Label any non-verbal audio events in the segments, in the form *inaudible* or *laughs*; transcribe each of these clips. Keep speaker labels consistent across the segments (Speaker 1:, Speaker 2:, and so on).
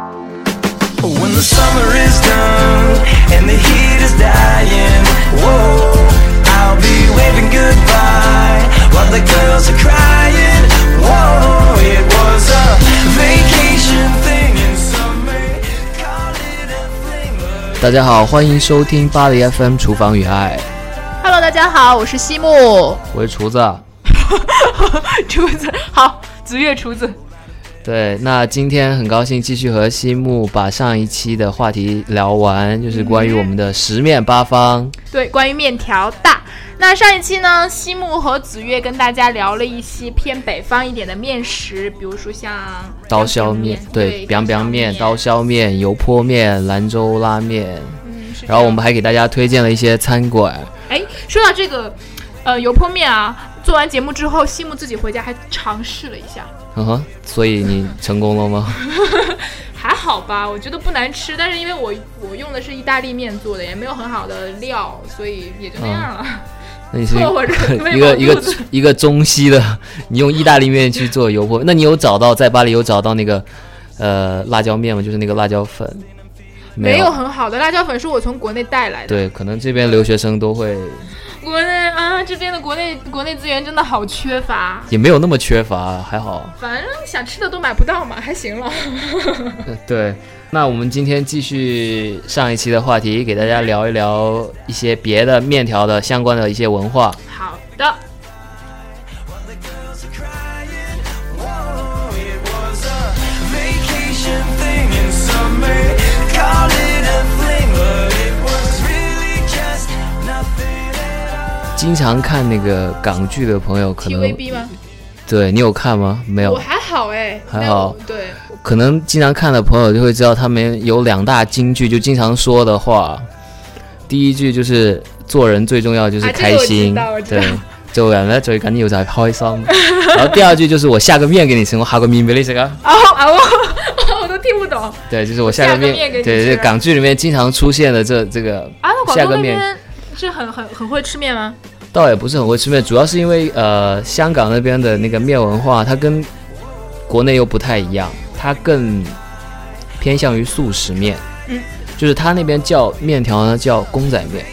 Speaker 1: When the summer is done and the heat is dying, whoa, I'll be waving goodbye while the girls are crying. Whoa, it was a vacation thing in summer. Call it a fling.
Speaker 2: 大家好，欢迎收听巴黎 FM 厨房与爱，
Speaker 3: Hello，大家好，我是西木， *laughs*
Speaker 2: 我是厨子。
Speaker 3: 竹子，好，紫月竹子，
Speaker 2: 对，那今天很高兴继续和西木把上一期的话题聊完，就是关于我们的十面八方。
Speaker 3: 对，关于面条大。那上一期呢，西木和紫月跟大家聊了一些偏北方一点的面食，比如说像
Speaker 2: 刀削面，对
Speaker 3: 对，
Speaker 2: ，biang biang 面、刀
Speaker 3: 削，
Speaker 2: 削面、油泼面、兰州拉面，
Speaker 3: 嗯，是这样
Speaker 2: 然后我们还给大家推荐了一些餐馆。
Speaker 3: 哎，说到这个，呃，油泼面啊，做完节目之后，西木自己回家还尝试了一下，
Speaker 2: 嗯哼，所以你成功了吗？
Speaker 3: 还好吧，我觉得不难吃，但是因为我我用的是意大利面做的，也没有很好的料，所以也就那样了。 *laughs*
Speaker 2: 那你是
Speaker 3: 凑合着喂
Speaker 2: *laughs* 一个
Speaker 3: 饱
Speaker 2: 一个
Speaker 3: 肚子
Speaker 2: 一个中西的，你用意大利面去做油泼，那你有找到在巴黎有找到那个呃辣椒面吗？就是那个辣椒粉，
Speaker 3: 没
Speaker 2: 有。
Speaker 3: 很好的辣椒粉是我从国内带来的。
Speaker 2: 对，可能这边留学生都会
Speaker 3: 国内啊，这边的国内国内资源真的好缺乏，
Speaker 2: 也没有那么缺乏，还好。 *laughs*
Speaker 3: 反正想吃的都买不到嘛，还行 *laughs* 了。
Speaker 2: 呃对，那我们今天继续上一期的话题，给大家聊一聊一些别的面条的相关的一些文化。
Speaker 3: 好的，
Speaker 1: While the girls are crying, whoa, it was a vacation thing in summer. Call it a fling, but it was really just nothing at all.
Speaker 2: 经常看那个港剧的朋友，可能
Speaker 3: TVB 吗？
Speaker 2: 对你有看吗？没
Speaker 3: 我
Speaker 2: 有，
Speaker 3: 嗯还好哎，
Speaker 2: 还
Speaker 3: 没有
Speaker 2: 好
Speaker 3: *laughs* 对，
Speaker 2: 可能经常看的朋友就会知道，他们有两大金句，就经常说的话。第一句就是做人最重要就是
Speaker 3: 啊这个
Speaker 2: 开
Speaker 3: 我知
Speaker 2: 心，
Speaker 3: 道我知
Speaker 2: 对
Speaker 3: 道，
Speaker 2: 做人呢最紧要就係開心。然後第二句就是我下個面給你吃，我下個面俾你食啊。
Speaker 3: 啊啊我 *laughs* 我都听不懂啊，
Speaker 2: 对，就是我下個面，
Speaker 3: 下個面給你吃啊
Speaker 2: 对对，港剧里面经常出现的这这个，
Speaker 3: 那广
Speaker 2: 下
Speaker 3: 东
Speaker 2: 个
Speaker 3: 那
Speaker 2: 面
Speaker 3: 边是很很很会吃面吗？
Speaker 2: 倒也不是很会吃面，主要是因为呃香港那边的那个面文化，它跟国内又不太一样，它更偏向于素食面。
Speaker 3: 嗯，
Speaker 2: 就是它那边叫面条呢叫公仔面。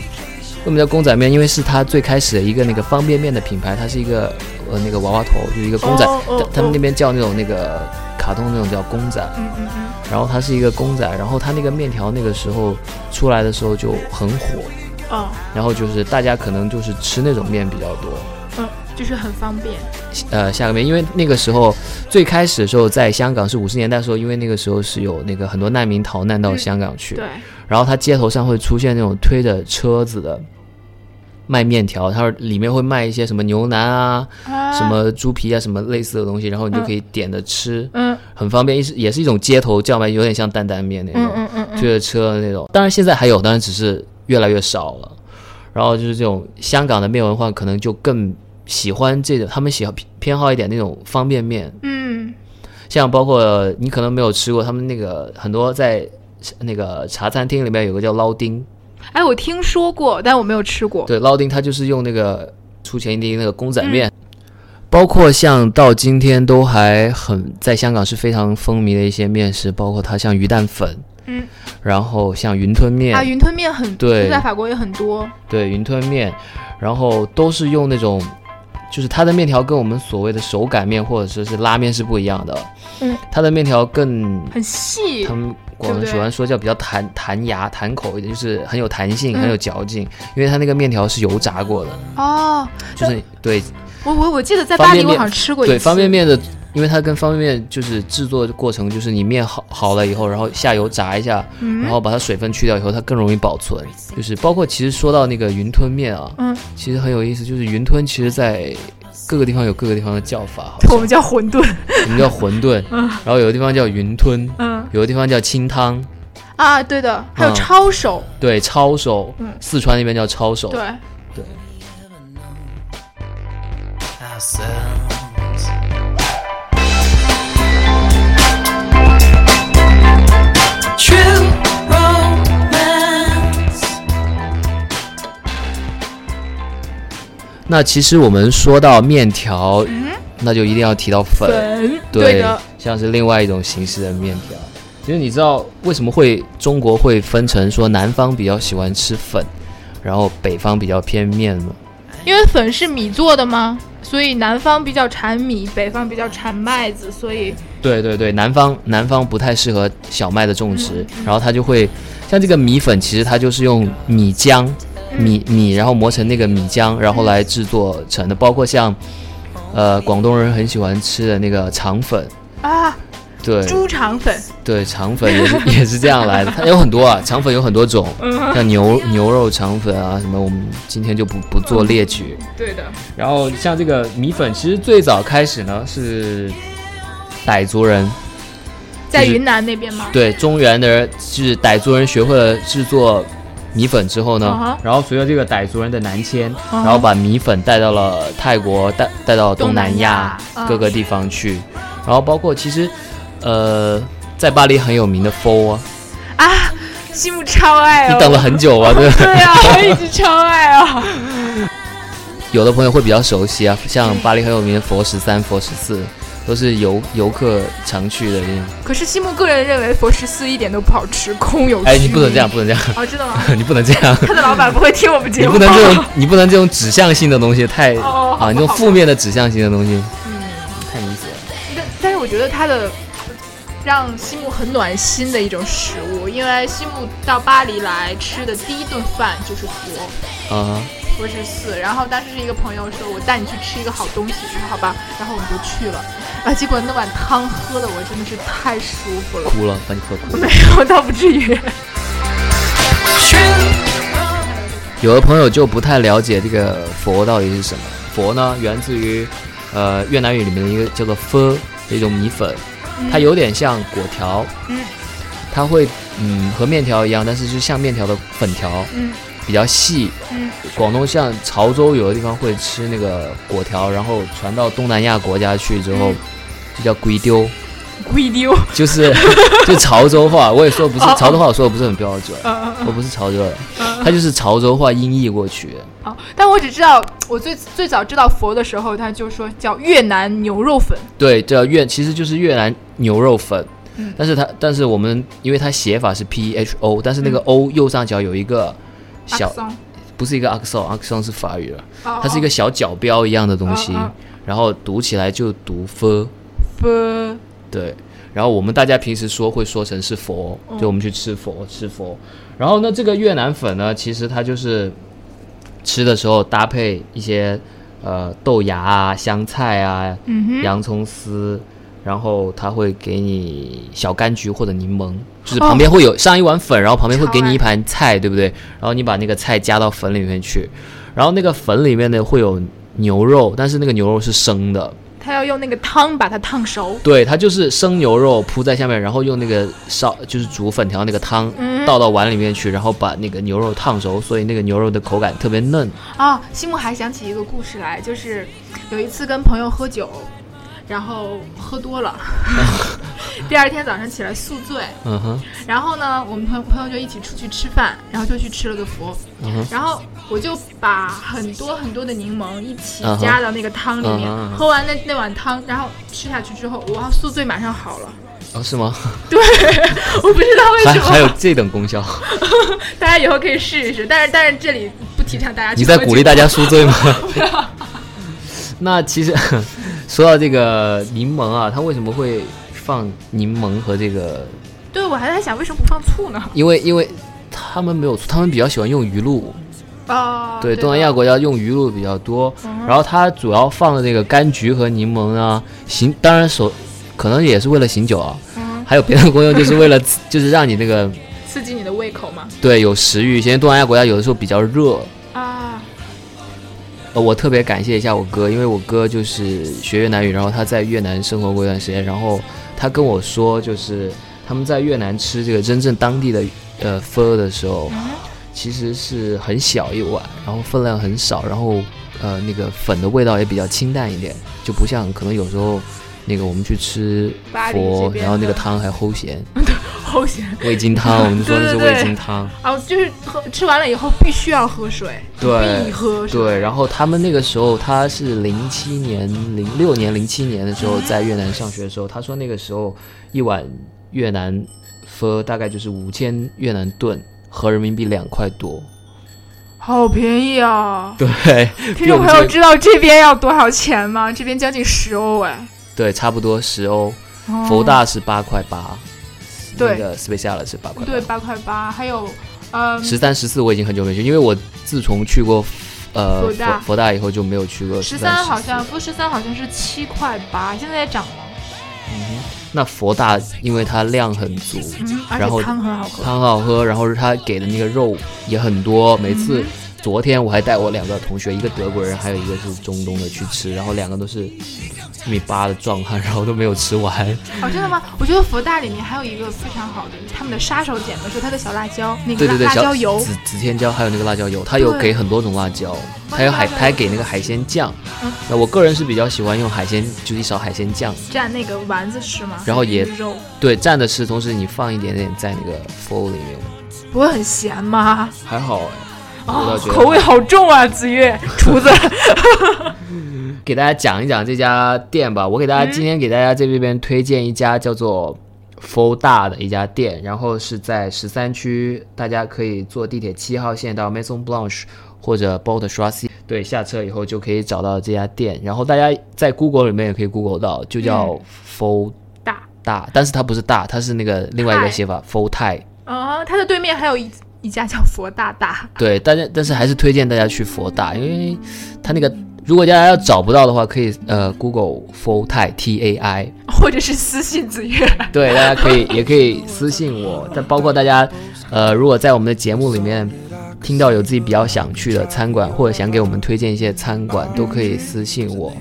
Speaker 2: 为什么叫公仔面？因为是它最开始的一个那个方便面的品牌，它是一个呃那个娃娃头，就是一个公仔，
Speaker 3: 哦哦
Speaker 2: 他他
Speaker 3: 哦
Speaker 2: 们那边叫那种那个卡通那种叫公仔，
Speaker 3: 嗯嗯嗯，
Speaker 2: 然后它是一个公仔，然后它那个面条那个时候出来的时候就很火，
Speaker 3: 哦，
Speaker 2: 然后就是大家可能就是吃那种面比较多，
Speaker 3: 嗯，就是很方便。
Speaker 2: 呃，下个面，因为那个时候最开始的时候在香港是五十年代的时候，因为那个时候是有那个很多难民逃难到
Speaker 3: 嗯
Speaker 2: 香港去，
Speaker 3: 对，
Speaker 2: 然后它街头上会出现那种推着车子的。卖面条，它里面会卖一些什么牛腩啊、什
Speaker 3: 什？
Speaker 2: 么猪皮啊、什么类似的东西，然后你就
Speaker 3: 嗯
Speaker 2: 可以点着吃，
Speaker 3: 嗯
Speaker 2: 很方便，也是也是一种街头叫卖，有点像担担面那种。
Speaker 3: 嗯嗯嗯嗯，
Speaker 2: 推着车的那种。当然现在还有，当然只是越来越少了。然后就是这种香港的面文化，可能就更喜欢这种，他们喜欢偏好一点那种方便面，
Speaker 3: 嗯，
Speaker 2: 像包括你可能没有吃过，他们那个很多在那个茶餐厅里面有个叫捞丁，
Speaker 3: 哎，我听说过，但我没有吃过。
Speaker 2: 对，捞丁它就是用那个出前一丁那个公仔面。包括像到今天都还很在香港是非常风靡的一些面食，包括它像鱼蛋粉，
Speaker 3: 嗯，
Speaker 2: 然后像云吞面
Speaker 3: 啊，云吞面很
Speaker 2: 对
Speaker 3: 在法国也很多。
Speaker 2: 对，云吞面，然后都是用那种，就是它的面条跟我们所谓的手擀面或者说是拉面是不一样的，哦
Speaker 3: 嗯，
Speaker 2: 它的面条更，
Speaker 3: 很细
Speaker 2: 他，们我
Speaker 3: 对不
Speaker 2: 们
Speaker 3: 对
Speaker 2: 喜欢说叫比较弹弹牙、弹口一点，就是很有弹
Speaker 3: 嗯
Speaker 2: 性、很有嚼劲，因为它那个面条是油炸过的，
Speaker 3: 哦，
Speaker 2: 就是对
Speaker 3: 我我我记得在
Speaker 2: 方
Speaker 3: 巴
Speaker 2: 便
Speaker 3: 黎，我
Speaker 2: 面
Speaker 3: 好像吃过一次。
Speaker 2: 对方便面的。因为它跟方便面就是制作的过程，就是你面好好了以后，然后下油炸一下，
Speaker 3: 嗯
Speaker 2: 然后把它水分去掉以后，它更容易保存。就是包括其实说到那个云吞面啊，
Speaker 3: 嗯，
Speaker 2: 其实很有意思，就是云吞其实在各个地方有各个地方的叫法，好
Speaker 3: 我们叫馄饨，
Speaker 2: 像什么叫
Speaker 3: *laughs*
Speaker 2: 馄饨，然后有的地方叫云吞，
Speaker 3: 嗯
Speaker 2: 有的地方叫清汤，
Speaker 3: 啊，对的，还有
Speaker 2: 嗯
Speaker 3: 抄手，
Speaker 2: 对，抄手
Speaker 3: 嗯，
Speaker 2: 四川那边叫抄手，
Speaker 3: 对，
Speaker 4: ourselves. True romance.
Speaker 2: 那其实我们说到面条，那就一定要提到嗯粉，
Speaker 3: 粉，
Speaker 2: 对
Speaker 3: 的，
Speaker 2: 像是另外一种形式的面条。其实你知道为什么会中国会分成说南方比较喜欢吃粉，然后北方比较偏面吗？
Speaker 3: 因为粉是米做的嘛，所以南方比较产米，北方比较产麦子，所以
Speaker 2: 对对嗯对，南方南方不太适合小麦的种植，然后它就会像这个米粉，其实它就是用米浆、米米，然后磨成那个米浆，然后来制作成的。包括像，呃，广东人很喜欢吃的那个肠粉，
Speaker 3: 啊，
Speaker 2: 对
Speaker 3: 猪肠粉，
Speaker 2: 对，肠粉也是 *laughs* 也是这样来的，它有很多啊，肠粉有很多种，
Speaker 3: 嗯
Speaker 2: 像牛牛肉肠粉啊什么，我们今天就不不做列举。
Speaker 3: 对的，
Speaker 2: 然后像这个米粉，其实最早开始呢是傣族人，
Speaker 3: 在
Speaker 2: 就是
Speaker 3: 云南那边嘛，
Speaker 2: 对中原的人，就是傣族人学会了制作米粉之后呢
Speaker 3: 啊哈啊
Speaker 2: 然后随着这个傣族人的南迁
Speaker 3: 哈
Speaker 2: 然后把米粉带到了泰国，带带到东南亚
Speaker 3: 东南亚啊
Speaker 2: 各个地方去，然后包括其实，呃，在巴黎很有名的 f 啊，
Speaker 3: 啊，西木超爱哦，
Speaker 2: 你等了很久啊，对吧？
Speaker 3: 对
Speaker 2: *laughs*
Speaker 3: 啊，我一直超爱啊，
Speaker 2: 有的朋友会比较熟悉啊，像巴黎很有名的佛十三、佛十四，都是游游客常去的。
Speaker 3: 可是西木个人认为佛十四一点都不好吃，空有
Speaker 2: 哎，
Speaker 3: 虚
Speaker 2: 你不能
Speaker 3: 名
Speaker 2: 这样，不能
Speaker 3: *laughs*
Speaker 2: 这样，
Speaker 3: 哦，真的吗？
Speaker 2: 你不能这
Speaker 3: *laughs*
Speaker 2: 样。
Speaker 3: 他的老板不会听我们
Speaker 2: 你
Speaker 3: 节目
Speaker 2: 不
Speaker 3: 吧，*laughs*
Speaker 2: 能这种，你不能这种指向性的东西太
Speaker 3: 哦好嗯
Speaker 2: 啊，你这种负面的指向性的东西，太明显了。
Speaker 3: 但但是我觉得它的让西木很暖心的一种食物，因为西木到巴黎来吃的第一顿饭就是佛
Speaker 2: 啊、
Speaker 3: 佛十四，然后当时是一个朋友说，我带你去吃一个好东西，我说好吧， *laughs* 然后我们就去了，啊，结果那碗汤喝的我真的是太舒服了， *laughs*
Speaker 2: 哭了，把你喝哭了。
Speaker 3: 没有倒不至于， *laughs*
Speaker 2: 有的朋友就不太了解这个佛到底是什么。佛呢，源自于呃越南语里面的一个叫做 “pho” 的一种米粉，它有点像果条，
Speaker 3: 嗯
Speaker 2: 它会嗯和面条一样，但是就像面条的粉条，
Speaker 3: 嗯
Speaker 2: 比较细。
Speaker 3: 嗯
Speaker 2: 广东像潮州有的地方会吃那个果条，然后传到东南亚国家去之
Speaker 3: 嗯
Speaker 2: 后，就叫龟丢。
Speaker 3: *laughs* 贵 *laughs* 丢，
Speaker 2: 就是就潮州话，我也说不是
Speaker 3: 哦
Speaker 2: 潮州话，我说的不是很标准，
Speaker 3: 嗯嗯
Speaker 2: 我不是潮州人，它就是潮州话音译过去的。
Speaker 3: 嗯，啊，但我只知道我最最早知道佛的时候，他就说叫越南牛肉粉，
Speaker 2: 对，叫越其实就是越南牛肉粉
Speaker 3: 嗯，
Speaker 2: 但是它但是我们因为它写法是 P H O，但是那个
Speaker 3: 嗯
Speaker 2: O 右上角有一个小
Speaker 3: 阿克，松
Speaker 2: 不是一个 accent，accent 是法语了，
Speaker 3: 哦
Speaker 2: 它是一个小角标一样的东西
Speaker 3: 哦哦，
Speaker 2: 然后读起来就读 f，
Speaker 3: 佛。
Speaker 2: 对。然后我们大家平时说会说成是佛，
Speaker 3: 哦
Speaker 2: 就我们去吃佛吃佛。然后呢，这个越南粉呢，其实它就是吃的时候搭配一些呃豆芽啊、香菜啊、
Speaker 3: 嗯哼
Speaker 2: 洋葱丝，然后它会给你小柑橘或者柠檬，就是
Speaker 3: 哦
Speaker 2: 旁边会有上一碗粉，然后旁边会给你一盘菜，对不对？然后你把那个菜加到粉里面去，然后那个粉里面呢会有牛肉，但是那个牛肉是生的，
Speaker 3: 他要用那个汤把它烫熟。
Speaker 2: 对，它就是生牛肉铺在下面，然后用那个烧就是煮粉条那个汤
Speaker 3: 嗯
Speaker 2: 倒到碗里面去，然后把那个牛肉烫熟，所以那个牛肉的口感特别嫩。
Speaker 3: 啊，西木还想起一个故事来，就是有一次跟朋友喝酒，然后喝多
Speaker 2: *laughs*
Speaker 3: 了，第二天早上起来宿醉，
Speaker 2: 嗯哼，
Speaker 3: 然后呢，我们朋朋友就一起出去吃饭，然后就去吃了个佛，
Speaker 2: 嗯
Speaker 3: 然后我就把很多很多的柠檬一起
Speaker 2: 嗯哼
Speaker 3: 加到那个汤里面，
Speaker 2: 嗯哼
Speaker 3: 喝完那那碗汤，然后吃下去之后，哇，宿醉马上好
Speaker 2: *laughs*
Speaker 3: 了。
Speaker 2: 哦是吗？
Speaker 3: 我不知道为
Speaker 2: 还
Speaker 3: 什
Speaker 2: 还有
Speaker 3: 么，
Speaker 2: 这等功效？
Speaker 3: 大家以后可以试一试，但是但是这里不提倡大家去
Speaker 2: 你在
Speaker 3: 喝
Speaker 2: 鼓
Speaker 3: 酒
Speaker 2: 励大家宿醉吗？ *laughs* 那其实 *laughs* 说到这个柠檬啊，它为什么会放柠檬和这个？
Speaker 3: 对，我还在想为什么不放醋呢？ *laughs*
Speaker 2: 因为因为他们没有，他们比较喜欢用鱼露。
Speaker 3: 啊
Speaker 5: 哦，
Speaker 2: 对，
Speaker 5: 的
Speaker 2: 东南亚国家用鱼露比较多，然后它主要放的这个柑橘和柠檬啊，醒当然首可能也是为了醒酒啊，还有别的功用，就是为了 *laughs* 就是让你那个
Speaker 5: 刺激你的胃口嘛。
Speaker 2: 对有食欲。现在东南亚国家有的时候比较热，
Speaker 5: 啊，
Speaker 2: 呃，我特别感谢一下我哥，因为我哥就是学越南语，然后他在越南生活过一段时间，然后他跟我说，就是他们在越南吃这个真正当地的呃 pho 的时候，
Speaker 5: 嗯
Speaker 2: 其实是很小一碗，然后分量很少，然后呃那个粉的味道也比较清淡一点，就不像可能有时候那个我们去吃
Speaker 5: 巴黎这
Speaker 2: 佛，
Speaker 5: 边
Speaker 2: 然后那个
Speaker 5: 的
Speaker 2: 汤还齁咸，
Speaker 5: *laughs* 好咸
Speaker 2: 味精汤，我们说的是
Speaker 5: 对对
Speaker 2: 味
Speaker 5: 对
Speaker 2: 精汤，
Speaker 5: 啊！就是喝吃完了以后必须要喝水，
Speaker 2: 对
Speaker 5: 必喝水。
Speaker 2: 对，然后他们那个时候，他是零七年、零六年、零七年的时候在越南上学的时候，他说那个时候一碗越南喝大概就是五千越南盾，合人民币两块多。
Speaker 5: 好便宜啊！
Speaker 2: 对，
Speaker 5: 听
Speaker 2: 比我
Speaker 5: 众
Speaker 2: 们
Speaker 5: 朋友
Speaker 2: 这
Speaker 5: 知道这边要多少钱吗？这边将近十欧哎。
Speaker 2: 对，差不多十欧。
Speaker 5: 哦
Speaker 2: 佛大是八块八，
Speaker 5: 对
Speaker 2: 那个 special 是八块
Speaker 5: 哦对
Speaker 2: 八。
Speaker 5: 八块八，还有嗯，
Speaker 2: 十三、十四我已经很久没去，因为我自从去过呃
Speaker 5: 佛大
Speaker 2: 佛佛大以后就没有去过
Speaker 5: 十
Speaker 2: 三
Speaker 5: 三好像不，十三好像是七块八，现在也涨了。
Speaker 2: 那佛大，因为它量很足，
Speaker 5: 嗯，而
Speaker 2: 然后
Speaker 5: 且汤很好喝。
Speaker 2: 汤好喝，然后他给的那个肉也很多。每
Speaker 5: 嗯
Speaker 2: 次昨天我还带我两个同学，一个德国人，还有一个是中东的去吃，然后两个都是一米八的壮汉，然后都没有吃完。
Speaker 5: 哦，真的吗？我觉得佛大里面还有一个非常好的，他们的杀手锏就是它的小辣椒，那个
Speaker 2: 对
Speaker 5: 辣
Speaker 2: 对对，
Speaker 5: 辣椒
Speaker 2: 小
Speaker 5: 油，
Speaker 2: 紫紫天椒还有那个辣椒油，它有
Speaker 5: 对
Speaker 2: 给很多种辣椒，还有海，它还给那个海鲜酱
Speaker 5: 嗯。
Speaker 2: 那我个人是比较喜欢用海鲜，就一勺海鲜酱，
Speaker 5: 蘸那个丸子吃嘛，嗯
Speaker 2: 然后也
Speaker 5: 那个肉
Speaker 2: 对，蘸着吃，同时你放一点点在那个 f 里面，
Speaker 5: 不会很咸吗？
Speaker 2: 还好哎。我
Speaker 5: 哦
Speaker 2: 倒，觉得
Speaker 5: 口味好重啊，子越厨子。
Speaker 2: 给大家讲一讲这家店吧。我给大家、今天给大家在这边推荐一家叫做 f o 大的一家店，然后是在十三区，大家可以坐地铁七号线到 Maison Blanche 或者 b o t s h r a s i 对，下车以后就可以找到这家店。然后大家在 Google 里面也可以 Google 到，就叫 f o
Speaker 5: 大
Speaker 2: 大，但是它不是大，它是那个另外一个写法 f o 泰。
Speaker 5: 啊，它的对面还有一一家叫佛大大， *laughs*
Speaker 2: 对，大家但是还是推荐大家去佛大，因为它那个如果大家要找不到的话，可以呃 Google f o 泰 T A I。
Speaker 5: 或者是私信子越。
Speaker 2: 对，大家可以也可以私信我，但包括大家，呃，如果在我们的节目里面听到有自己比较想去的餐馆，或者想给我们推荐一些餐馆，都可以私信我。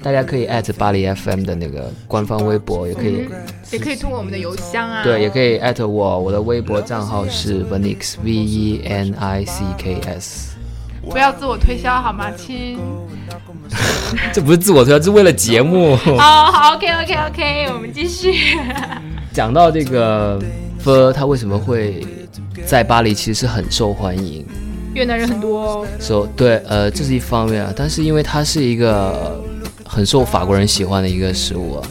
Speaker 2: 大家可以艾特巴黎 FM 的那个官方微博，也可以
Speaker 5: 也可以通过我们的邮箱啊，
Speaker 2: 对，也可以艾特我。我的微博账号是 venix v e n i c k s。
Speaker 5: 不要自我推销好吗，亲？
Speaker 2: 这不是自我推销，这是为了节目。
Speaker 5: 哦，好，OK OK OK，我们继续。
Speaker 2: *laughs* 讲到这个 f 它为什么会在巴黎其实是很受欢迎？
Speaker 5: *laughs* 越南人很多哦，
Speaker 2: so, 对，呃，这是一方面啊，但是因为它是一个很受法国人喜欢的一个食物啊，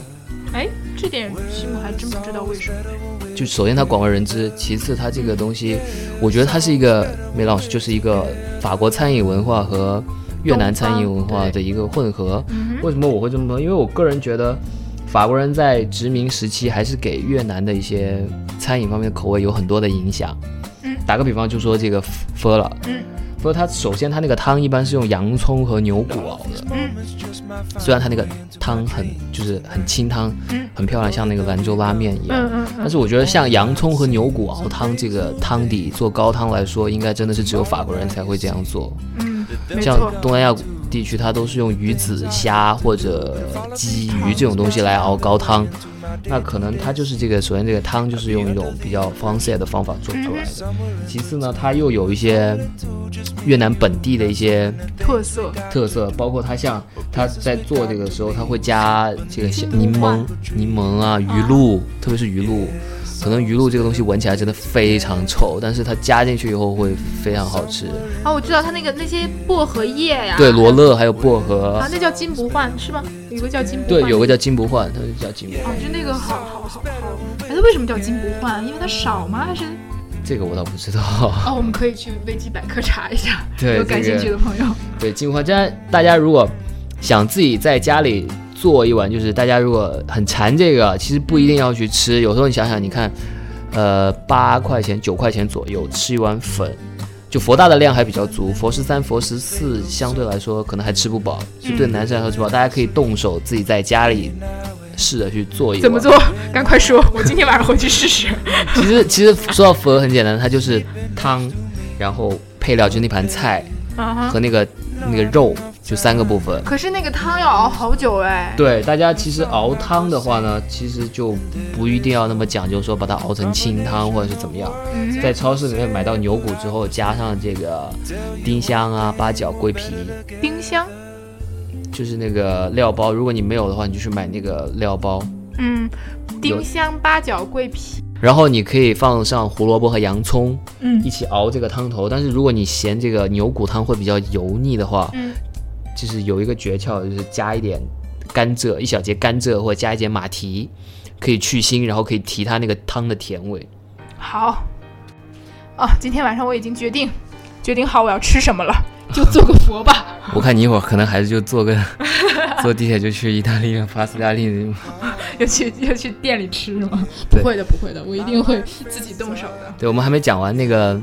Speaker 5: 哎，这点西姆还真不知道为什么。
Speaker 2: 就首先它广为人知，其次它这个东西，我觉得它是一个梅老师就是一个法国餐饮文化和越南餐饮文化的一个混合。
Speaker 5: 嗯
Speaker 2: 为什么我会这么说？因为我个人觉得。法国人在殖民时期还是给越南的一些餐饮方面的口味有很多的影响。
Speaker 5: 嗯
Speaker 2: 打个比方，就说这个饸了，
Speaker 5: 嗯
Speaker 2: 饸它首先它那个汤一般是用洋葱和牛骨熬的，
Speaker 5: 嗯
Speaker 2: 虽然它那个汤很就是很清汤，
Speaker 5: 嗯
Speaker 2: 很漂亮，像那个兰州拉面一样。
Speaker 5: 嗯嗯
Speaker 2: 但是我觉得像洋葱和牛骨熬汤这个汤底做高汤来说，应该真的是只有法国人才会这样做。
Speaker 5: 嗯，没
Speaker 2: 像
Speaker 5: 错。
Speaker 2: 东南亚地区，它都是用鱼子、虾或者鸡、鱼这种东西来熬高汤。那可能它就是这个，首先这个汤就是用一种比较 f r a n c i 的方法做出来的。其次呢，它又有一些越南本地的一些
Speaker 5: 特色，
Speaker 2: 特色，包括它像它在做这个时候，它会加这个小柠檬、柠檬啊、鱼露，特别是鱼露，可能鱼露这个东西闻起来真的非常臭，但是它加进去以后会非常好吃。
Speaker 5: 啊，我知道它那个那些薄荷叶呀，
Speaker 2: 对，罗勒还有薄荷
Speaker 5: 啊，，那叫金不换是吗？有个叫金不换，
Speaker 2: 对，有个叫金不换，它就叫金不换，
Speaker 5: 哦，就那个好好好好，哎，它为什么叫金不换？因为它少吗？还是？
Speaker 2: 这个我倒不知道。 *laughs*
Speaker 5: 哦，我们可以去维基百科查一下，
Speaker 2: 对
Speaker 5: 有感
Speaker 2: 这
Speaker 5: 兴
Speaker 2: 个
Speaker 5: 趣的朋友。
Speaker 2: 对，金花，家大家如果想自己在家里做一碗，就是大家如果很馋这个，啊其实不一定要去吃。有时候你想想，你看，呃，八块钱、九块钱左右吃一碗粉，就佛大的量还比较足，佛十三、佛十四相对来说可能还吃不饱，就
Speaker 5: 嗯
Speaker 2: 对男生来说吃不饱，大家可以动手自己在家里试着去做一
Speaker 5: 怎么
Speaker 2: 碗
Speaker 5: 做？ *laughs* 赶快说，我今天晚上回去试试。
Speaker 2: 其实其实说到佛很简单，它就是汤，然后配料就那盘菜
Speaker 5: *laughs* 啊哈
Speaker 2: 和那个那个肉，就三个部分。
Speaker 5: 可是那个汤要熬好久哎。
Speaker 2: 对，大家其实熬汤的话呢，其实就不一定要那么讲究，说把它熬成清汤或者是怎么样。在超市里面买到牛骨之后，加上这个丁香啊、八角、桂皮，
Speaker 5: 丁香，
Speaker 2: 就是那个料包。如果你没有的话，你就去买那个料包，
Speaker 5: 嗯，
Speaker 2: 有
Speaker 5: 丁香、八角、桂皮，
Speaker 2: 然后你可以放上胡萝卜和洋葱，
Speaker 5: 嗯
Speaker 2: 一起熬这个汤头。但是如果你嫌这个牛骨汤会比较油腻的话，
Speaker 5: 嗯，
Speaker 2: 就是有一个诀窍，就是加一点甘蔗，一小节甘蔗或者加一点马蹄，可以去腥，然后可以提它那个汤的甜味。
Speaker 5: 好。啊，今天晚上我已经决定，决定好我要吃什么了，就做个佛吧。
Speaker 2: *laughs* 我看你一会儿可能还是就坐个 *laughs* 坐地铁就去意大利了，法斯大利。
Speaker 5: 要去要去店里吃是吗？
Speaker 2: 对
Speaker 5: 不会的，不会的，我一定会自己动手的。
Speaker 2: *laughs* 对，我们还没讲完那个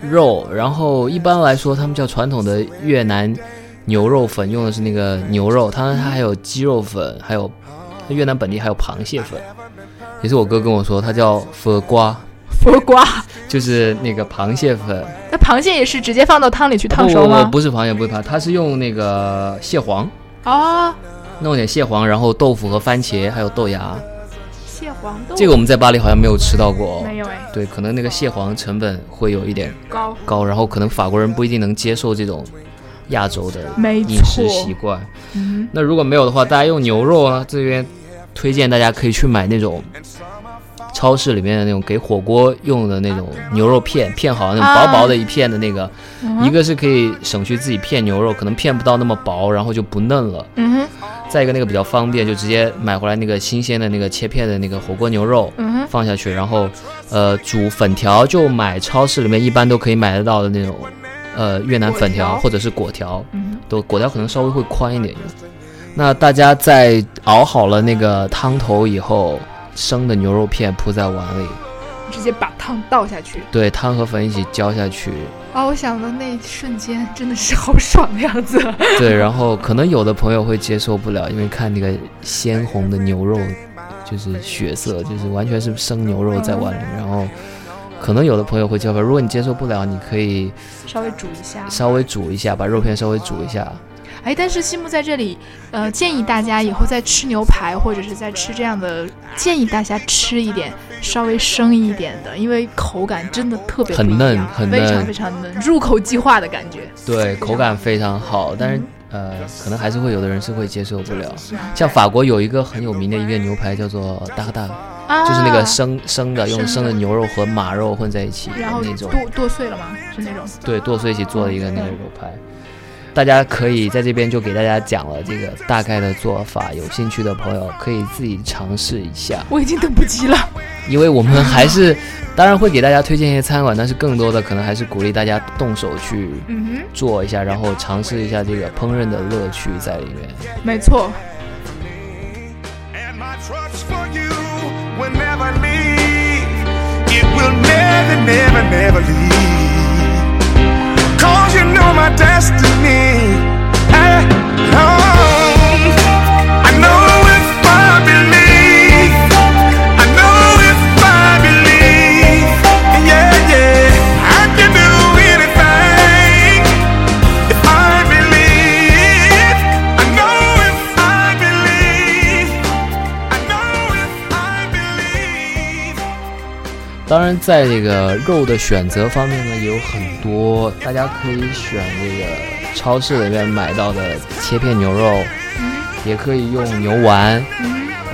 Speaker 2: 肉，然后一般来说，他们叫传统的越南牛肉粉用的是那个牛肉，它它还有鸡肉粉，还有越南本地还有螃蟹粉，也是我哥跟我说，它叫佛瓜，
Speaker 5: *laughs* 佛瓜，
Speaker 2: 就是那个螃蟹粉。
Speaker 5: 那螃蟹也是直接放到汤里去烫熟
Speaker 2: 啊不不
Speaker 5: 吗？
Speaker 2: 不，不是螃蟹，不是螃，它是用那个蟹黄，
Speaker 5: 哦，
Speaker 2: 弄点蟹黄，然后豆腐和番茄，还有豆芽。
Speaker 5: 蟹黄豆
Speaker 2: 这个我们在巴黎好像没有吃到过、
Speaker 5: 哦没有哎，
Speaker 2: 对，可能那个蟹黄成本会有一点
Speaker 5: 高，
Speaker 2: 高，然后可能法国人不一定能接受这种亚洲的
Speaker 5: 没
Speaker 2: 饮
Speaker 5: 错
Speaker 2: 食，
Speaker 5: 嗯
Speaker 2: 习惯。那如果没有的话，大家用牛肉啊，这边推荐大家可以去买那种超市里面的那种给火锅用的那种牛肉片，片好那种薄
Speaker 5: 啊
Speaker 2: 薄的一片的那个，一个是可以省去自己片牛肉，可能片不到那么薄，然后就不嫩了。
Speaker 5: 嗯哼，
Speaker 2: 再一个那个比较方便，就直接买回来那个新鲜的那个切片的那个火锅牛肉，
Speaker 5: 嗯哼
Speaker 2: 放下去，然后呃煮粉条就买超市里面一般都可以买得到的那种，呃越南粉条
Speaker 5: 果条
Speaker 2: 或者是果条，
Speaker 5: 嗯
Speaker 2: 都果条可能稍微会宽一点。那大家在熬好了那个汤头以后，生的牛肉片铺在碗里，
Speaker 5: 直接把汤倒下去。
Speaker 2: 对汤和粉一起浇下去，
Speaker 5: 哦，我想到那一瞬间真的是好爽的样子。
Speaker 2: *laughs* 对，然后可能有的朋友会接受不了，因为看那个鲜红的牛肉，就是血色，就是完全是生牛肉在碗里，然后可能有的朋友会接受不了。如果你接受不了，你可以
Speaker 5: *laughs* 稍微煮一下。
Speaker 2: 稍微煮一下，把肉片稍微煮一下。
Speaker 5: 哎，但是西木在这里，呃，建议大家以后在吃牛排或者是在吃这样的，建议大家吃一点稍微生一点的，因为口感真的特别不
Speaker 2: 很
Speaker 5: 一
Speaker 2: 嫩
Speaker 5: 样
Speaker 2: 很
Speaker 5: 非
Speaker 2: 嫩
Speaker 5: 常非常嫩，入口即化的感觉。
Speaker 2: 对，口感非常好，但是呃，可能还是会有的人是会接受不了。像法国有一个很有名的一个牛排叫做达克达，
Speaker 5: 啊，
Speaker 2: 就是那个生生的，用
Speaker 5: 生
Speaker 2: 生
Speaker 5: 的
Speaker 2: 的牛肉和马肉混在一起的
Speaker 5: 然后
Speaker 2: 那种。
Speaker 5: 剁剁碎了吗？是那种。
Speaker 2: 对，剁碎一起做的一个那个肉排。大家可以在这边就给大家讲了这个大概的做法，有兴趣的朋友可以自己尝试一下，
Speaker 5: 我已经等不及了。
Speaker 2: 因为我们还是当然会给大家推荐一些餐馆，但是更多的可能还是鼓励大家动手去
Speaker 5: 嗯
Speaker 2: 做一下，然后尝试一下这个烹饪的乐趣在里面。
Speaker 5: 哼，没错。
Speaker 1: And my trust for you will never leave. It will never, never, never leave. Cause you know my destiny. I, oh, I know if I believe. I know if I believe. Yeah, yeah. I can do anything. If I believe. I know if I believe. I know if I believe.
Speaker 2: 当然，在这个肉的选择方面呢，也有很多，大家可以选这个超市里面买到的切片牛肉，也可以用牛丸，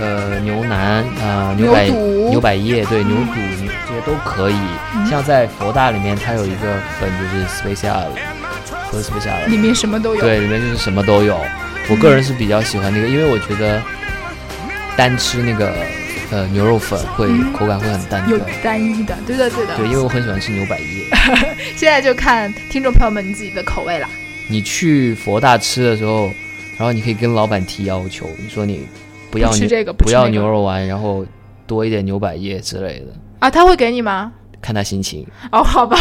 Speaker 2: 呃，牛腩啊、牛百
Speaker 5: 牛肚
Speaker 2: 牛百叶，对，牛肚这些都可以。
Speaker 5: 嗯
Speaker 2: 像在佛大里面，它有一个粉就是 special，和 special，
Speaker 5: 里面什么都有。
Speaker 2: 对，里面就是什么都有。我个人是比较喜欢那个，因为我觉得单吃那个呃牛肉粉会口感会很单
Speaker 5: 嗯有
Speaker 2: 调。
Speaker 5: 单一的，对的对的。
Speaker 2: 对，因为我很喜欢吃牛百叶。
Speaker 5: 现在就看听众朋友们你自己的口味了。
Speaker 2: 你去佛大吃的时候，然后你可以跟老板提要求，你说你不要
Speaker 5: 不吃
Speaker 2: 牛
Speaker 5: 这个不
Speaker 2: 不
Speaker 5: 吃
Speaker 2: 要
Speaker 5: 那个
Speaker 2: 牛肉丸，然后多一点牛百叶之类的。
Speaker 5: 啊，他会给你吗？
Speaker 2: 看他心情。
Speaker 5: 哦，好
Speaker 2: *laughs*
Speaker 5: 吧，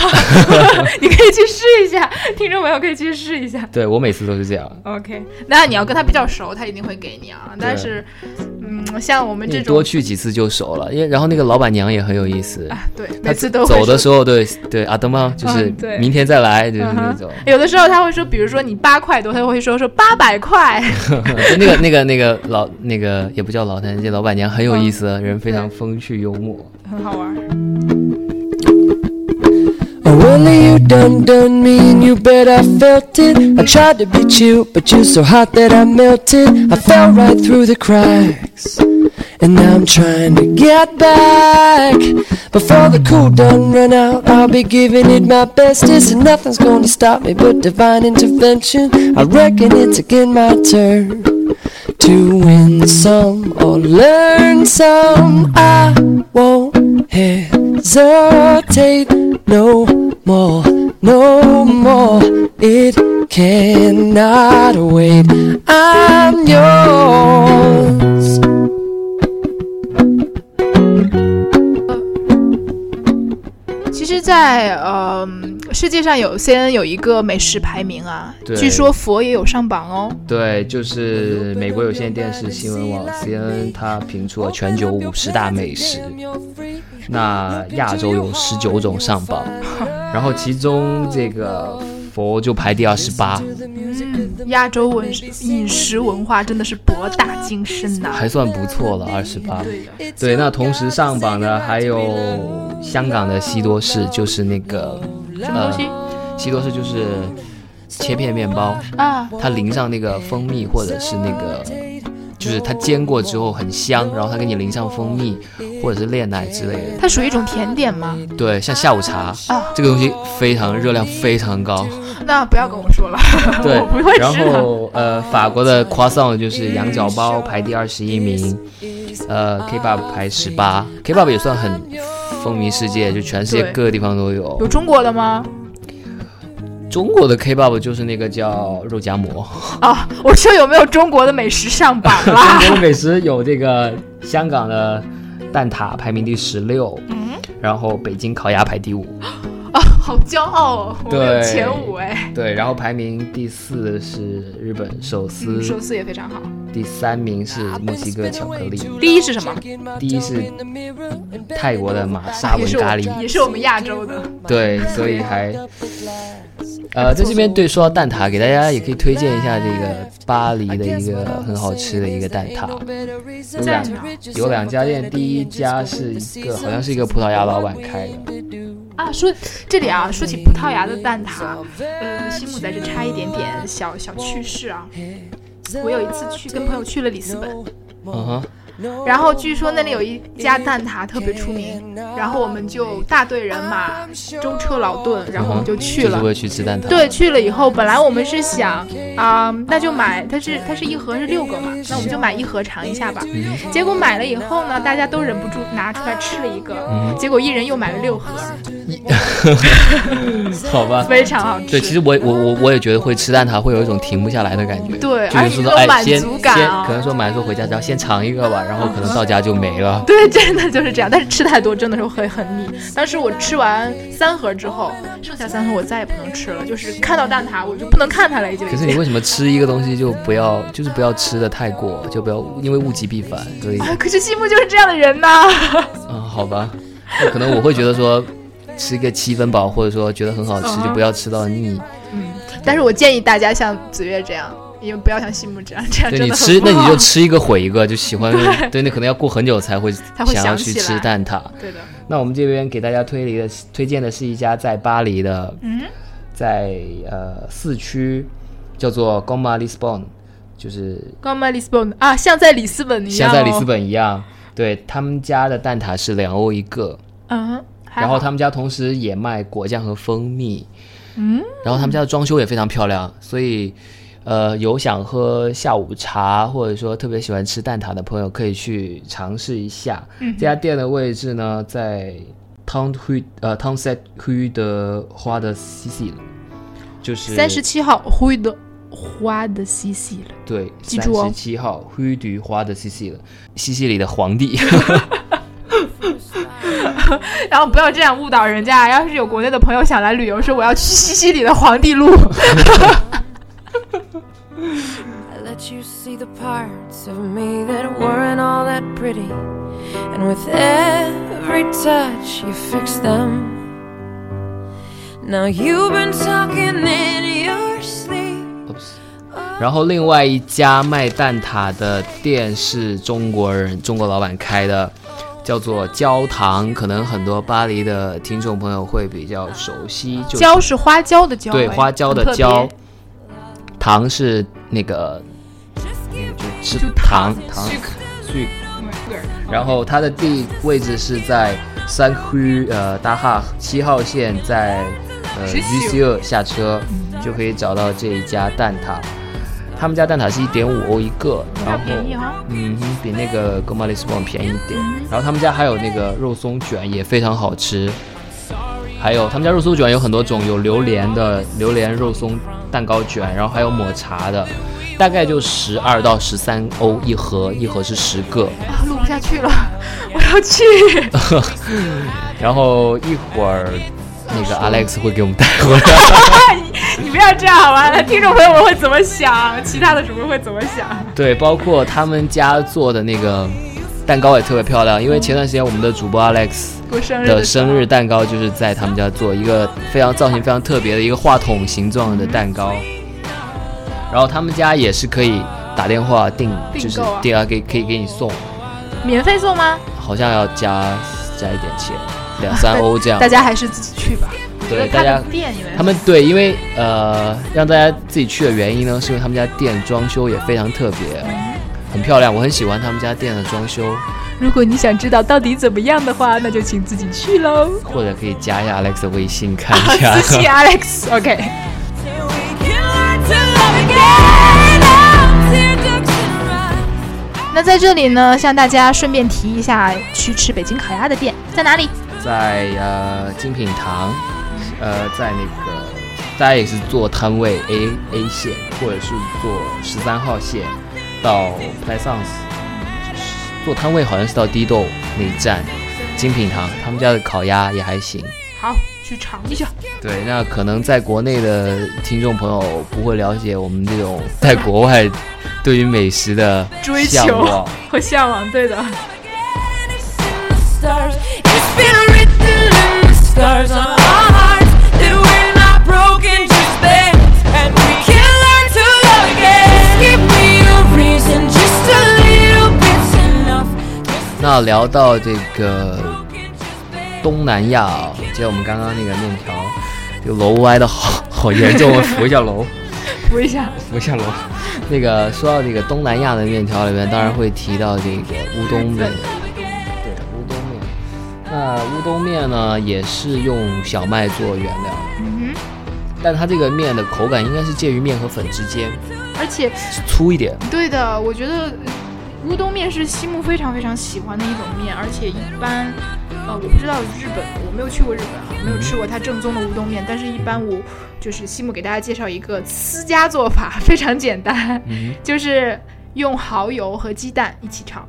Speaker 5: *laughs* 你可以去试一下，听众朋友可以去试一下。
Speaker 2: 对我每次都是这样，
Speaker 5: OK，那你要跟他比较熟，他一定会给你啊。但是，嗯，像我们这
Speaker 2: 你
Speaker 5: 种
Speaker 2: 多去几次就熟了。因为然后那个老板娘也很有意思，
Speaker 5: 啊，对，
Speaker 2: 她
Speaker 5: 每次都会
Speaker 2: 走的
Speaker 5: 说
Speaker 2: 时候，对对阿德吗？就是
Speaker 5: 嗯对
Speaker 2: 明天再来，就是
Speaker 5: 嗯哼
Speaker 2: 那种。
Speaker 5: 有的时候他会说，比如说你八块多，他就会说说八
Speaker 2: *laughs*
Speaker 5: 百块，
Speaker 2: 就那个那个那个老那个也不叫老太太，这老板娘很有意思，人非常风趣幽默。
Speaker 5: 很好玩。
Speaker 6: Oh, only you done done me, and you bet I felt it. I tried to beat you, but you're so hot that I melted. I fell right through the cracks, and now I'm trying to get back. Before the cool done run out, I'll be giving it my bestest, and nothing's gonna stop me but divine intervention. I reckon it's again my turn to win some or learn some. I won't hesitate no more, no more. It cannot wait. I'm yours.
Speaker 5: 其实在，呃世界上有 CNN 有一个美食排名啊，
Speaker 2: 对
Speaker 5: 据说佛也有上榜哦。
Speaker 2: 对，就是美国有线电视新闻网 CNN，它评出了全球五十大美食，那亚洲有十九种上榜，然后其中这个佛就排第二十八，
Speaker 5: 嗯，亚洲文饮食文化真的是博大精深呐、
Speaker 2: 还算不错了，二十八。
Speaker 5: 对的，
Speaker 2: 对，那同时上榜的还有香港的西多士，就是那个呃
Speaker 5: 什么东西、
Speaker 2: 西多士就是切片面包，
Speaker 5: 啊？
Speaker 2: 它淋上那个蜂蜜或者是那个，就是它煎过之后很香，然后它给你淋上蜂蜜或者是炼奶之类的。
Speaker 5: 它属于一种甜点吗？
Speaker 2: 对，像下午茶
Speaker 5: 啊，
Speaker 2: 这个东西非常热量非常高。
Speaker 5: 那不要跟我说了， *laughs*
Speaker 2: 对
Speaker 5: 我不
Speaker 2: *laughs*
Speaker 5: 会，
Speaker 2: 然
Speaker 5: 吃的。
Speaker 2: 后呃，法国
Speaker 5: 哦
Speaker 2: 的 croissant 就是
Speaker 5: 嗯
Speaker 2: 羊角包排第二十一名，呃，kebab 排十八，kebab 也算很风靡世界，就全世界
Speaker 5: 对
Speaker 2: 各个地方都有
Speaker 5: 有。中国的吗？
Speaker 2: 中国的 kebab 就是那个叫肉夹馍。
Speaker 5: 啊，我说有没有中国的美食上榜
Speaker 2: *laughs*
Speaker 5: 啦？
Speaker 2: 中国美食有这个香港的蛋挞排名第十六，
Speaker 5: 嗯
Speaker 2: 然后北京烤鸭排第五，
Speaker 5: 啊好骄傲哦，我们有
Speaker 2: 对
Speaker 5: 前五哎，
Speaker 2: 对，然后排名第四是日本寿司，
Speaker 5: 嗯，寿司也非常好。
Speaker 2: 第三名是墨西哥巧克力，
Speaker 5: 第一是什么？
Speaker 2: 第一是泰国的玛莎
Speaker 5: 也
Speaker 2: 文
Speaker 5: 是
Speaker 2: 咖
Speaker 5: 我，
Speaker 2: 喱，
Speaker 5: 也是我们亚洲的。
Speaker 2: 对，所以还。呃，在这边对说到蛋挞，给大家也可以推荐一下这个巴黎的一个很好吃的一个蛋挞，有两
Speaker 5: 在哪儿
Speaker 2: 有两家店，第一家是一个好像是一个葡萄牙老板开的，
Speaker 5: 啊，说这里啊，说起葡萄牙的蛋挞，呃，西姆在这插一点点小小趣事啊。我有一次去跟朋友去了里斯本，
Speaker 2: 嗯哼，
Speaker 5: 然后据说那里有一家蛋挞特别出名，然后我们就大队人马舟车劳顿，然后我们就
Speaker 2: 嗯
Speaker 5: 去
Speaker 2: 就
Speaker 5: 了
Speaker 2: 是。为去吃蛋挞。
Speaker 5: 对，去了以后，本来我们是想啊、那就买，它是它是一盒是六个嘛，那我们就买一盒尝一下吧。结果买了以后呢，大家都忍不住拿出来吃了一个，结果一人又买了六盒，
Speaker 2: *laughs* 好吧。
Speaker 5: 非常好吃。
Speaker 2: 对，其实我我我我也觉得会吃蛋挞会有一种停不下来的感觉。
Speaker 5: 对
Speaker 2: 就是
Speaker 5: 而且
Speaker 2: 说
Speaker 5: 有
Speaker 2: 的
Speaker 5: 种
Speaker 2: 哎，
Speaker 5: 满
Speaker 2: 先
Speaker 5: 足感
Speaker 2: 先
Speaker 5: 啊
Speaker 2: 可能说买说回家，然后先尝一个吧，然后可能到家就没了。
Speaker 5: 对，真的就是这样，但是吃太多真的是会很腻。当时我吃完三盒之后，剩下三盒我再也不能吃了，就是看到蛋挞我就不能看它了，已经。
Speaker 2: 可是你为什么吃一个东西就不要， *laughs* 就是不要吃的太过，就不要因为物极必反，所以
Speaker 5: 啊，可是西木就是这样的
Speaker 2: *laughs*
Speaker 5: 人呐、
Speaker 2: 嗯，好吧，那可能我会觉得说吃一个七分饱，或者说觉得很好
Speaker 5: 嗯
Speaker 2: 吃，就不要吃到腻。
Speaker 5: 啊但是我建议大家像子月这样，因为不要像西木这样，这样
Speaker 2: 对
Speaker 5: 真
Speaker 2: 你
Speaker 5: 的
Speaker 2: 吃
Speaker 5: 很，不
Speaker 2: 那你就
Speaker 5: 好
Speaker 2: 吃一个毁一个，就喜欢对你可能要过很久才
Speaker 5: *laughs*
Speaker 2: 会
Speaker 5: 会
Speaker 2: 想要
Speaker 5: 想
Speaker 2: 去
Speaker 5: 起
Speaker 2: 吃
Speaker 5: 来
Speaker 2: 蛋挞。
Speaker 5: 对的。
Speaker 2: 那我们这边给大家推理的推荐的是一家在巴黎的，
Speaker 5: 嗯
Speaker 2: 在呃市区叫做 g o m a Lisbon，就是
Speaker 5: 刚买里斯本啊，像在里斯本一
Speaker 2: 像
Speaker 5: 样、哦，
Speaker 2: 在里斯。本一样，对他们家的蛋挞是两欧一个，
Speaker 5: 嗯，还
Speaker 2: 然后
Speaker 5: 好
Speaker 2: 他们家同时也卖果酱和蜂蜜，嗯，然后他们家的装修也非常漂亮，所以。呃，有想喝下午茶，或者说特别喜欢吃蛋挞的朋友，可以去尝试一下。
Speaker 5: 嗯
Speaker 2: 这家店的位置呢，在 Town Hu 呃 Town Set Hu 的花的 C C，就是
Speaker 5: 三十七号灰的花的西西了。
Speaker 2: 对
Speaker 5: 记
Speaker 2: 三
Speaker 5: 住哦
Speaker 2: 十七号 Hu 花的 C C 了，西西里的皇帝。
Speaker 5: 然后不要这样误导人家。要是有国内的朋友想来旅游，说我要去西西里的皇帝路，
Speaker 6: I let you see the parts of me that weren't all that pretty. And with every touch, you fix them. Now you've been talking in your sleep.
Speaker 2: Oops. 然后另外一家卖蛋挞的店是中国人中国老板开的，叫做焦糖，可能很多巴黎的听众朋友会比较熟悉，就是
Speaker 5: 椒是花椒的椒，
Speaker 2: 对
Speaker 5: 哎
Speaker 2: 花椒
Speaker 5: 很特
Speaker 2: 的
Speaker 5: 别
Speaker 2: 椒，糖是那个就吃
Speaker 5: 就
Speaker 2: 糖嗯糖
Speaker 5: 糖，
Speaker 2: 去然后它的地位置是在三区呃大哈七号线在，呃
Speaker 5: Jussieu
Speaker 2: u c 二下车就可以找到这一家蛋挞。他们家蛋挞是一点五欧一个，然
Speaker 5: 要
Speaker 2: 后
Speaker 5: 便宜哈嗯
Speaker 2: 嗯哼，比那个 g o m a l i s b o n 便宜一点。然后他们家还有那个肉松卷也非常好吃，还有他们家肉松卷有很多种，有榴莲的榴莲肉松蛋糕卷，然后还有抹茶的，大概就十二到十三欧一盒，一盒是十个。 *laughs*
Speaker 5: 啊，录不下去了，我要去。
Speaker 2: 然后一会儿那个 Alex 会给我们带回来。
Speaker 5: *laughs* 你不要这样好吗？那听众朋友们会怎么想？其他的主播会怎么想？
Speaker 2: 对，包括他们家做的那个蛋糕也特别漂亮，因为前段时间我们的主播 Alex
Speaker 5: 过生日
Speaker 2: 的
Speaker 5: 时候
Speaker 2: 生日蛋糕就是在他们家做一个非常造型非常特别的一个话筒形状的蛋糕，然后他们家也是可以打电话订，
Speaker 5: 订
Speaker 2: 就是
Speaker 5: 购啊
Speaker 2: 订啊给可以给你送，
Speaker 5: 免费送吗？
Speaker 2: 好像要加加一点钱，两
Speaker 5: *laughs*
Speaker 2: 三欧这样
Speaker 5: 大。家还是自己去吧。我
Speaker 2: 对，
Speaker 5: 觉得
Speaker 2: 大
Speaker 5: 他
Speaker 2: 家
Speaker 5: 的店因为
Speaker 2: 他们对，因为呃，让大家自己去的原因呢，是因为他们家店装修也非常特别，很漂亮，我很喜欢他们家店的装修，
Speaker 5: 如果你想知道到底怎么样的话，那就请自己去喽。
Speaker 2: 或者可以加一下 Alex 的微信看一下。 *laughs*
Speaker 5: 私信 Alex，OK、那在这里呢，向大家顺便提一下，去吃北京烤鸭的店在哪里？
Speaker 2: 在呃精品堂，呃，在那个大家也是坐摊位 A A 线，或者是坐十三号线到 Plaisance，坐摊位好像是到低豆那一站，精品堂他们家的烤鸭也还行。
Speaker 5: 好，去尝一下。
Speaker 2: 对，那可能在国内的听众朋友不会了解我们这种在国外对于美食的
Speaker 5: 追
Speaker 2: 向
Speaker 5: 求
Speaker 2: 往。
Speaker 5: 和向往，对的。
Speaker 6: It's been written in the stars on our hearts that we're not broken, just bends, and we can learn to love again. Give me a reason, just a little bit's enough.
Speaker 2: 那聊到这个东南亚啊，接我们刚刚那个面条，这个楼歪的好好严重，我啊扶一下楼，
Speaker 5: *laughs* 扶一下，
Speaker 2: 扶一下楼。那个说到这个东南亚的面条里面，当然会提到这个乌冬面，对乌冬面。那乌冬面呢，也是用小麦做原料，
Speaker 5: 嗯哼，
Speaker 2: 但它这个面的口感应该是介于面和粉之间，
Speaker 5: 而且
Speaker 2: 是粗一点。
Speaker 5: 对的，我觉得呃乌冬面是西木非常非常喜欢的一种面，而且一般，呃，我不知道日本，我没有去过日本啊，没有吃过它正宗的乌冬面，但是一般我就是西木给大家介绍一个私家做法，非常简单，
Speaker 2: 嗯，
Speaker 5: *laughs* 就是用蚝油和鸡蛋一起炒。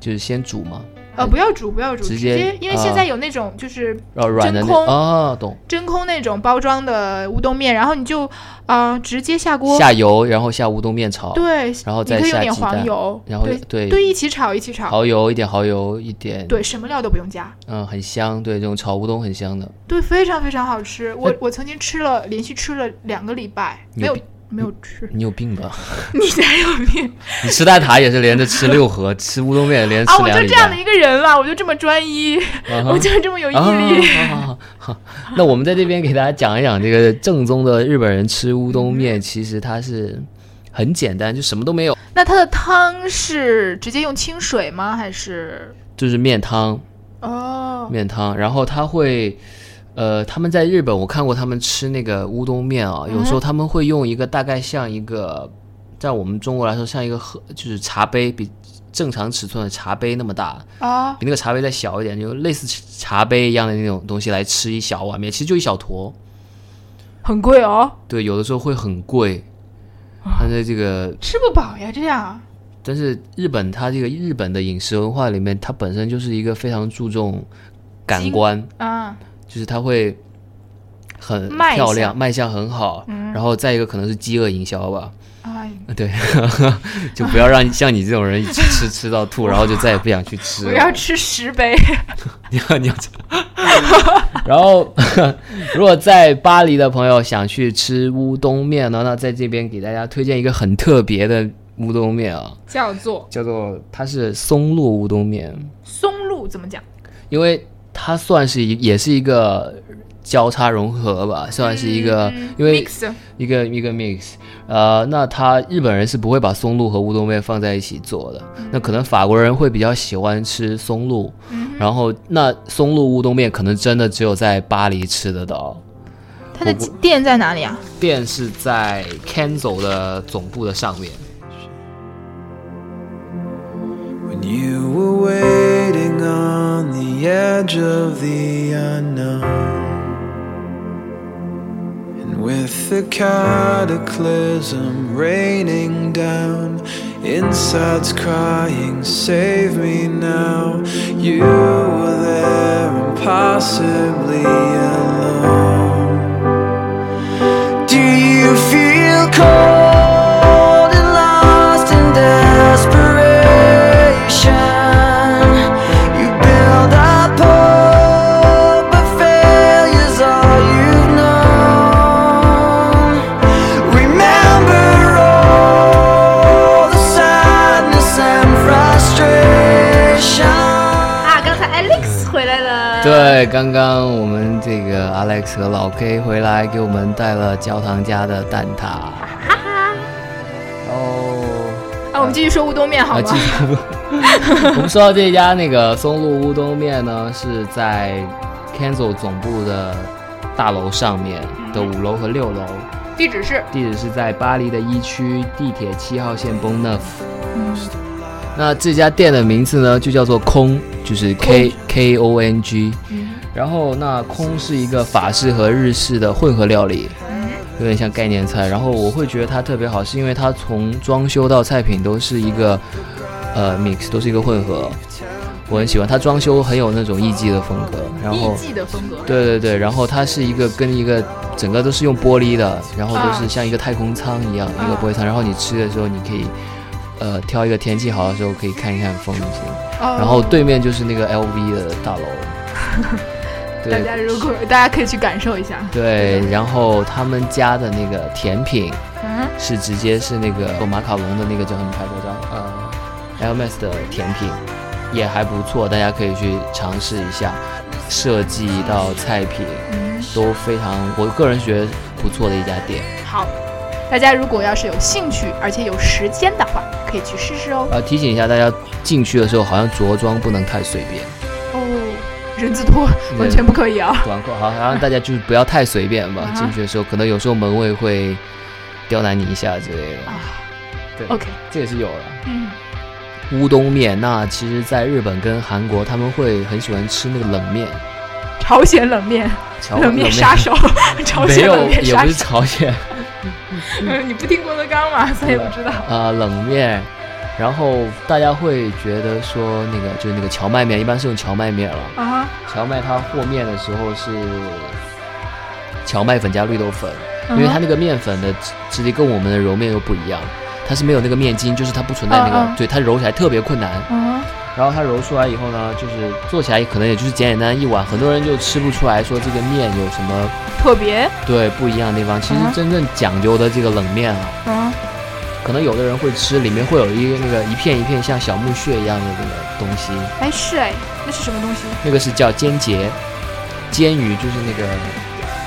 Speaker 2: 就是先煮嘛，
Speaker 5: 呃，不要煮，不要煮，
Speaker 2: 嗯直
Speaker 5: 直
Speaker 2: 接啊
Speaker 5: 因为现在有那种就是
Speaker 2: 然后软的
Speaker 5: 真
Speaker 2: 那
Speaker 5: 空
Speaker 2: 哦，懂。
Speaker 5: 真空那种包装的乌冬面，然后你就，呃，直接下锅，
Speaker 2: 下油，然后下乌冬面炒。
Speaker 5: 对，
Speaker 2: 然后再
Speaker 5: 你可以
Speaker 2: 下
Speaker 5: 用点
Speaker 2: 鸡蛋
Speaker 5: 黄油，
Speaker 2: 然后
Speaker 5: 对
Speaker 2: 对
Speaker 5: 对一起炒一起炒，
Speaker 2: 蚝油一点，蚝油一点，
Speaker 5: 对，什么料都不用加，
Speaker 2: 嗯，很香，对，这种炒乌冬很香的。
Speaker 5: 对，非常非常好吃。我我曾经吃了，连续吃了两个礼拜，没
Speaker 2: 牛
Speaker 5: 有
Speaker 2: 逼
Speaker 5: 没有
Speaker 2: *laughs* 。
Speaker 5: 吃
Speaker 2: 你有病吧？
Speaker 5: 你才有病
Speaker 2: 你吃蛋挞也是连着吃六盒，吃乌冬面也连着
Speaker 5: 啊！
Speaker 2: 吃
Speaker 5: 我
Speaker 2: 两
Speaker 5: 就
Speaker 2: 礼
Speaker 5: 这样的
Speaker 2: 拜。
Speaker 5: 一个人了，我就这么专一，
Speaker 2: 嗯哼
Speaker 5: *laughs* 我就这么有毅
Speaker 2: 啊
Speaker 5: 力。
Speaker 2: 好好好，好那我们在这边给大家讲一讲这个正宗的日本人吃乌冬
Speaker 5: 嗯
Speaker 2: 面，其实它是很简单，就什么都没有，
Speaker 5: 那它的汤是直接用清水吗？还是
Speaker 2: 就是面汤，
Speaker 5: 哦？
Speaker 2: 面汤，然后他会，呃，他们在日本我看过他们吃那个乌冬面啊，
Speaker 5: 嗯
Speaker 2: 有时候他们会用一个大概像一个，在我们中国来说像一个盒，就是茶杯比正常尺寸的茶杯那么大，
Speaker 5: 啊，
Speaker 2: 比那个茶杯再小一点，就类似茶杯一样的那种东西来吃一小碗面，其实就一小坨，
Speaker 5: 很贵哦，啊
Speaker 2: 对，有的时候会很贵，它的这个
Speaker 5: 吃不饱呀，这样
Speaker 2: 但是日本它这个日本的饮食文化里面，它本身就是一个非常注重感官，
Speaker 5: 啊，
Speaker 2: 就是它会很
Speaker 5: 卖嗯
Speaker 2: 漂
Speaker 5: 相
Speaker 2: 亮，卖相很好。然后再一个可能是饥饿营销吧， *laughs*
Speaker 5: 哎，
Speaker 2: 对，就不要让像你这种人一直吃吃到
Speaker 5: *laughs*
Speaker 2: 吐，然后就再也不想去吃了。
Speaker 5: 我要吃十杯，
Speaker 2: *laughs* 你要你要 *laughs* 吃。然后， *laughs* 如果在巴黎的朋友想去吃乌冬面呢，那在这边给大家推荐一个很特别的乌冬面啊，
Speaker 5: 叫做
Speaker 2: 叫做它是松露乌冬面，
Speaker 5: 松露，怎么讲？
Speaker 2: 因为它算是一也是一个交叉融合吧，算是一个、
Speaker 5: 嗯
Speaker 2: 因为
Speaker 5: mix
Speaker 2: 一个一个 mix，呃，那他日本人是不会把松露和乌冬面放在一起做的，那可能法国人会比较喜欢吃松露，然后那松露乌冬面可能真的只有在巴黎吃得到，
Speaker 5: 它的
Speaker 2: 我不
Speaker 5: 店在哪里啊？
Speaker 2: 店是在 Kenzo 的总部的上面。
Speaker 1: When you were waiting on the edge of the unknown, and with the cataclysm raining down, insides crying, Save me now. You were there, impossibly alone. Do you feel cold and lost in desperation? You build up hope, but failure's all you've known. Remember all the sadness and frustration.
Speaker 5: 啊，刚才
Speaker 2: 嗯
Speaker 5: Alex 回来了。
Speaker 2: 对，刚刚我们这个 Alex 和老 K 回来给我们带了焦糖家的蛋挞，哦。
Speaker 5: 啊，我们继续说乌冬面好
Speaker 2: 啊，
Speaker 5: 吗
Speaker 2: 记？住。我们说到这家那个松露乌冬面呢，是在 Kenzo 总部的大楼上面的五楼和六楼，
Speaker 5: 地址是
Speaker 2: 地址是在巴黎的一区地铁七号线 b o n n e u 那这家店的名字呢，就叫做空，就是 K K O N G。然后那空是一个法式和日式的混合料理，有点像概念菜。然后我会觉得它特别好，是因为它从装修到菜品都是一个呃 mix，都是一个混合。我很喜欢它装修很有那种艺伎的风格，然后
Speaker 5: 艺伎的风格。
Speaker 2: 对对对，然后它是一个跟一个整个都是用玻璃的，然后都
Speaker 5: 啊
Speaker 2: 是像一个太空舱一样，一个
Speaker 5: 啊
Speaker 2: 玻璃舱。然后你吃的时候，你可以呃挑一个天气好的时候可以看一看风景。
Speaker 5: 哦
Speaker 2: 然后对面就是那个 LV 的大
Speaker 5: *laughs*
Speaker 2: 楼。
Speaker 5: 大
Speaker 2: 对
Speaker 5: 家如果大家可以去感受一下。
Speaker 2: 对，然后他们家的那个甜品
Speaker 5: 嗯，
Speaker 2: 是直接是那个做马卡龙的那个叫什么牌子来着？呃 l m s 的甜品也还不错，大家可以去尝试一下。设计到菜品
Speaker 5: 嗯
Speaker 2: 都非常，我个人觉得不错的一家店。
Speaker 5: 好，大家如果要是有兴趣而且有时间的话，可以去试试哦。
Speaker 2: 呃，提醒一下大家，进去的时候好像着装不能太随便，
Speaker 5: 哦，人字拖
Speaker 2: 对
Speaker 5: 完全不可以啊。
Speaker 2: 短裤好，好像大家就是不要太随便吧。
Speaker 5: 啊
Speaker 2: 进去的时候，可能有时候门卫会刁难你一下之类的。
Speaker 5: 啊
Speaker 2: 对
Speaker 5: OK，
Speaker 2: 这也是有了。
Speaker 5: 嗯，
Speaker 2: 乌冬面，那其实在日本跟韩国，他们会很喜欢吃那个冷
Speaker 5: *laughs*
Speaker 2: 面，
Speaker 5: 朝鲜冷面，
Speaker 2: 朝
Speaker 5: 冷面杀手，朝
Speaker 2: 没
Speaker 5: 鲜
Speaker 2: 有
Speaker 5: 冷，面
Speaker 2: 也
Speaker 5: 杀
Speaker 2: 不是
Speaker 5: 手。
Speaker 2: 朝鲜，
Speaker 5: 嗯 *laughs* 你不听郭德纲吗？所以不知道。
Speaker 2: 呃，冷面。然后大家会觉得说，那个就是那个荞麦面，一般是用荞麦面了。
Speaker 5: 啊，
Speaker 2: 荞麦它和面的时候是荞麦粉加绿豆粉，
Speaker 5: 嗯
Speaker 2: 因为它那个面粉的质质地跟我们的揉面又不一样，它是没有那个面筋，就是它不存在那
Speaker 5: 嗯
Speaker 2: 个
Speaker 5: 嗯，
Speaker 2: 对它揉起来特别困难。
Speaker 5: 啊，
Speaker 2: 然后它揉出来以后呢，就是做起来可能也就是简简单单一碗，很多人就吃不出来说这个面有什么
Speaker 5: 特别，
Speaker 2: 对不一样的地方。其实
Speaker 5: 嗯
Speaker 2: 真正讲究的这个冷面啊，
Speaker 5: 啊，
Speaker 2: 可能有的人会吃，里面会有一个那个一片一片像小木屑一样的那个东西，
Speaker 5: 哎是哎，那是什么东西？
Speaker 2: 那个是叫煎节，煎鱼就是那个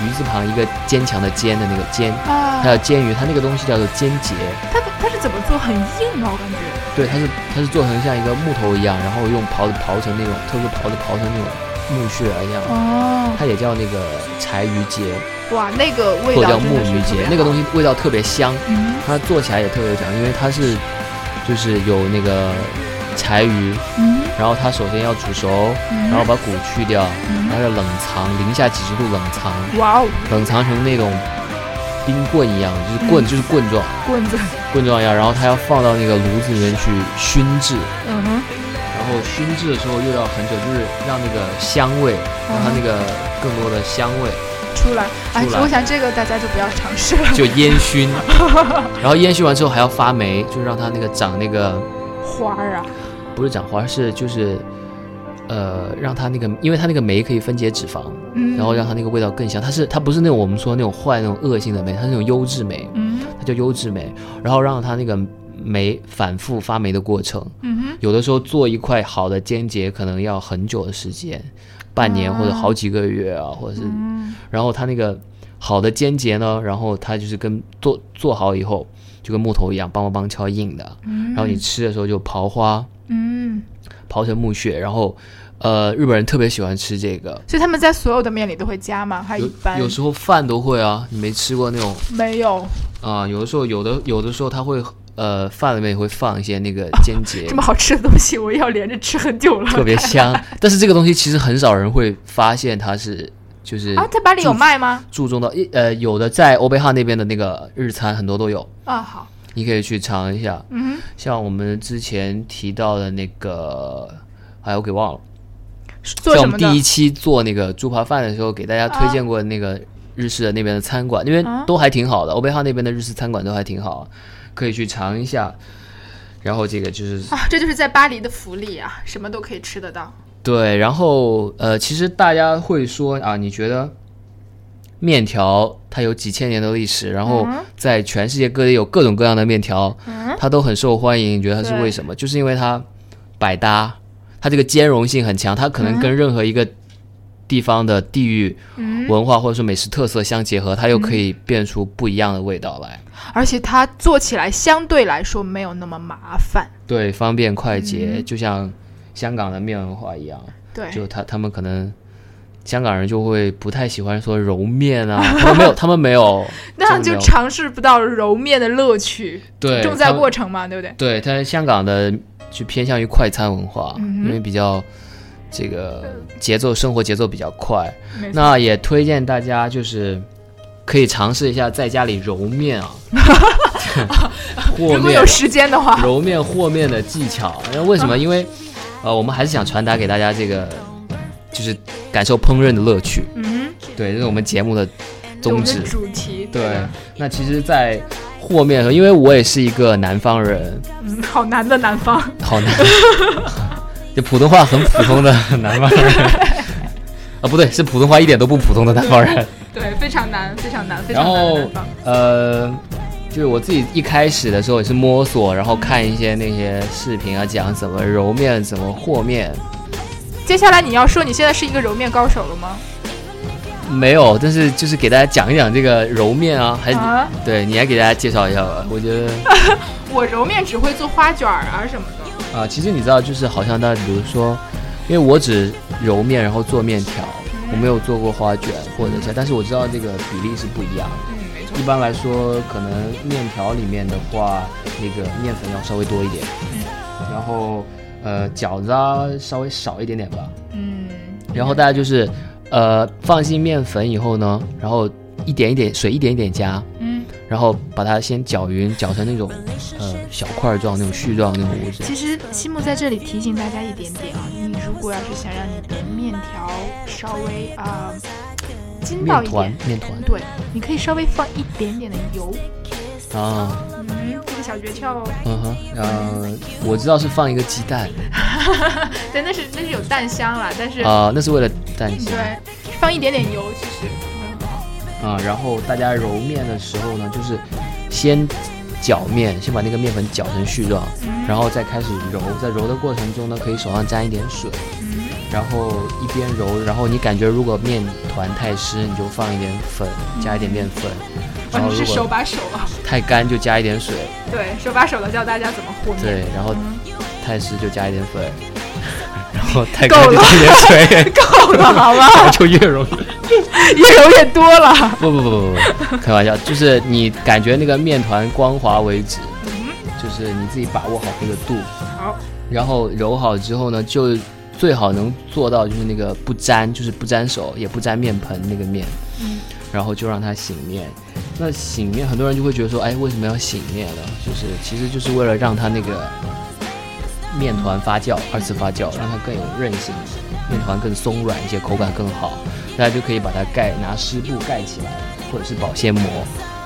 Speaker 2: 鱼字旁一个坚强的坚的那个坚，
Speaker 5: 啊
Speaker 2: 还，有煎鱼，它那个东西叫做煎节，
Speaker 5: 它它是怎么做？很硬啊，我感觉。
Speaker 2: 对，它是它是做成像一个木头一样，然后用刨子刨成那种特殊刨子刨成那种木屑一样，
Speaker 5: 哦，
Speaker 2: 它也叫那个柴鱼节
Speaker 5: 哇，那个味
Speaker 2: 或者
Speaker 5: 道
Speaker 2: 叫
Speaker 5: 真
Speaker 2: 木
Speaker 5: 的是
Speaker 2: 鱼
Speaker 5: 特别
Speaker 2: 节，
Speaker 5: 好
Speaker 2: 那个东西味道特别香，
Speaker 5: 嗯
Speaker 2: 它做起来也特别有讲究，因为它是就是有那个柴鱼，
Speaker 5: 嗯
Speaker 2: 然后它首先要煮熟，然后把骨去掉，然后要冷藏零下几十度冷藏，
Speaker 5: 嗯哇哦，嗯
Speaker 2: 冷藏成那种冰棍一样，就是棍、就是棍状
Speaker 5: 棍子，
Speaker 2: 棍状一样，然后它要放到那个炉子里面去熏制，
Speaker 5: 嗯哼，
Speaker 2: 然然后熏制的时候又要很久，就是让那个香味，让
Speaker 5: 嗯
Speaker 2: 它那个更多的香味
Speaker 5: 出来，哎
Speaker 2: 出来，
Speaker 5: 我想这个大家就不要尝试了。
Speaker 2: *laughs* 就烟
Speaker 5: *laughs*
Speaker 2: 熏，然后烟熏完之后还要发霉，就是让它那个长那个
Speaker 5: 花儿啊，
Speaker 2: 不是长花，是就是呃让它那个，因为它那个酶可以分解脂肪，
Speaker 5: 嗯，
Speaker 2: 然后让它那个味道更香。它是它不是那种我们说那种坏那种恶性的酶，它是那种优质酶，
Speaker 5: 嗯
Speaker 2: 它叫优质酶，然后让它那个酶反复发霉的过程。
Speaker 5: 嗯哼，
Speaker 2: 有的时候做一块好的间接可能要很久的时间，半年或者好几个月啊，或者是，
Speaker 5: 嗯
Speaker 2: 然后它那个好的间接呢，然后它就是跟做做好以后就跟木头一样，梆梆梆敲硬的，然后你吃的时候就刨花，
Speaker 5: 嗯，
Speaker 2: 刨成木屑，然后呃，日本人特别喜欢吃这个，
Speaker 5: 所以他们在所有的面里都会加吗？还是
Speaker 2: 有
Speaker 5: 啊一般？
Speaker 2: 有时候饭都会啊，你没吃过那种
Speaker 5: 没有，
Speaker 2: 啊、有的时候有的有的时候他会呃饭里面也会放一些那
Speaker 5: *laughs*
Speaker 2: 个间节。
Speaker 5: 这么好吃的东西，我要连着吃很久 *laughs* 了。
Speaker 2: 特别香。但是这个东西其实很少人会发现它是就是
Speaker 5: 啊，在巴黎有卖吗？
Speaker 2: 注重到一呃有的在欧贝哈那边的那个日餐很多都有，
Speaker 5: 啊，好，
Speaker 2: 你可以去尝一下。
Speaker 5: 嗯
Speaker 2: 像我们之前提到的那个，哎呀我给忘了，
Speaker 5: 哼，
Speaker 2: 在
Speaker 5: 做
Speaker 2: 我
Speaker 5: 什么
Speaker 2: 们
Speaker 5: 的
Speaker 2: 第一？期做那个猪扒饭的时候，给大家推荐过那个日式的那边的餐馆，因为
Speaker 5: 啊
Speaker 2: 都还挺好的，欧贝哈那边的日式餐馆都还挺好，可以去尝一下。然后这个就是
Speaker 5: 啊，这就是在巴黎的福利啊，什么都可以吃得到。
Speaker 2: 对，然后呃，其实大家会说啊，你觉得面条它有几千年的历史，然后在全世界各地有各种各样的面条，它都很受欢迎，你觉得它是为什么？就是因为它百搭，它这个兼容性很强，它可能跟任何一个地方的地域
Speaker 5: 嗯
Speaker 2: 文化或者说美食特色相结合，它又可以变出不一样的味道来。
Speaker 5: 而且它做起来相对来说没有那么麻烦。
Speaker 2: 对，方便快捷，就像香港的面文化一样。
Speaker 5: 对，
Speaker 2: 就他他们可能香港人就会不太喜欢说揉面啊，他们没有，
Speaker 5: *laughs*
Speaker 2: 他们没有，
Speaker 5: 那
Speaker 2: 真的
Speaker 5: 就
Speaker 2: 没有
Speaker 5: 尝试不到揉面的乐趣，
Speaker 2: 对，
Speaker 5: 重
Speaker 2: 他
Speaker 5: 在
Speaker 2: 们
Speaker 5: 过程嘛，对不对？
Speaker 2: 对，但是香港的就偏向于快餐文化，
Speaker 5: 嗯
Speaker 2: 因为比较这个
Speaker 5: 呃
Speaker 2: 节奏生活节奏比较快
Speaker 5: 没错。
Speaker 2: 那也推荐大家就是可以尝试一下在家里揉面
Speaker 5: *laughs*
Speaker 2: 啊，和
Speaker 5: 如果
Speaker 2: 面
Speaker 5: 有啊时间的话，
Speaker 2: 揉面和面的技巧。因为为什么？因为呃，我们还是想传达给大家这个就是感受烹饪的乐趣。
Speaker 5: 嗯，
Speaker 2: 对，这是我们节目的
Speaker 5: 就我
Speaker 2: 宗
Speaker 5: 们
Speaker 2: 旨
Speaker 5: 的。主题，
Speaker 2: 对，那其实，在和面的时候，因为我也是一个南方人，
Speaker 5: 嗯，好难的南方，
Speaker 2: 好
Speaker 5: *laughs*
Speaker 2: 难，就普通话很普通的南
Speaker 5: *laughs*
Speaker 2: 方人。啊，不对，是普通话一点都不普通的南方
Speaker 5: *laughs*
Speaker 2: 人。
Speaker 5: 对，非常难，非常难，非常
Speaker 2: 然
Speaker 5: 难的
Speaker 2: 后
Speaker 5: 南方。，
Speaker 2: 呃，就是我自己一开始的时候也是摸索，然后看一些那些视频啊，讲怎么揉面，怎么和面。
Speaker 5: 接下来你要说你现在是一个揉面高手了吗？
Speaker 2: 没有，但是就是给大家讲一讲这个揉面啊，还是、
Speaker 5: 啊
Speaker 2: 对，你来给大家介绍一下吧。我觉得。
Speaker 5: 我揉面只会做花卷儿啊什么的。
Speaker 2: 啊，其实你知道，就是好像大家，比如说，因为我只揉面，然后做面条，我没有做过花卷或者是，但是我知道这个比例是不一样的。
Speaker 5: 嗯，没错
Speaker 2: 一。般来说，可能面条里面的话，那个面粉要稍微多一点，
Speaker 5: 嗯
Speaker 2: 然后呃饺子啊稍微少一点点吧。
Speaker 5: 嗯，
Speaker 2: 然后大家就是呃放进面粉以后呢，然后一点一点水一点一点加，
Speaker 5: 嗯，
Speaker 2: 然后把它先搅匀，搅成那种呃小块儿状那种絮状那种物质。
Speaker 5: 其实西木在这里提醒大家一点点啊，你如果要是想让你的面条稍微啊、筋道
Speaker 2: 面
Speaker 5: 一
Speaker 2: 团
Speaker 5: 点，，
Speaker 2: 面团
Speaker 5: 对，你可以稍微放一点点的油。
Speaker 2: 啊。
Speaker 5: 嗯，这个小诀窍哦。
Speaker 2: 嗯哼，呃，我知道是放一个鸡蛋
Speaker 5: 对，那是那是有蛋香啦，但是、
Speaker 2: 啊、那是为了蛋香
Speaker 5: 对，放一点点油其实很好。
Speaker 2: 啊、然后大家揉面的时候呢，就是先搅面，先把那个面粉搅成絮状，
Speaker 5: 嗯
Speaker 2: 然后再开始揉。在揉的过程中呢，可以手上沾一点水，
Speaker 5: 嗯
Speaker 2: 然后一边揉，然后你感觉如果面团太湿，你就放一点粉，加一点面粉。然后
Speaker 5: 哇，哦你
Speaker 2: 如
Speaker 5: 是手
Speaker 2: 果
Speaker 5: 把手啊，
Speaker 2: 太干就加一点水，
Speaker 5: 对手把手的教大家怎么和面。嗯
Speaker 2: 对，然后太湿就加一点粉， *laughs* 然后太
Speaker 5: 够
Speaker 2: 干就
Speaker 5: 了
Speaker 2: 加一点水， *laughs*
Speaker 5: 够了，好吗？
Speaker 2: 就越容易
Speaker 5: 越揉越多了。
Speaker 2: 不不不不不，开玩笑，就是你感觉那个面团光滑为止，就是你自己把握好那个度，
Speaker 5: 嗯好，
Speaker 2: 然后揉好之后呢，就最好能做到就是那个不粘，就是不粘手，也不粘面盆那个面，
Speaker 5: 嗯
Speaker 2: 然后就让它醒面。那醒面，很多人就会觉得说，哎，为什么要醒面呢？就是其实就是为了让它那个面团发酵，二次发酵，让它更有韧性，面团更松软一些，口感更好。大家就可以把它盖拿湿布盖起来，或者是保鲜膜。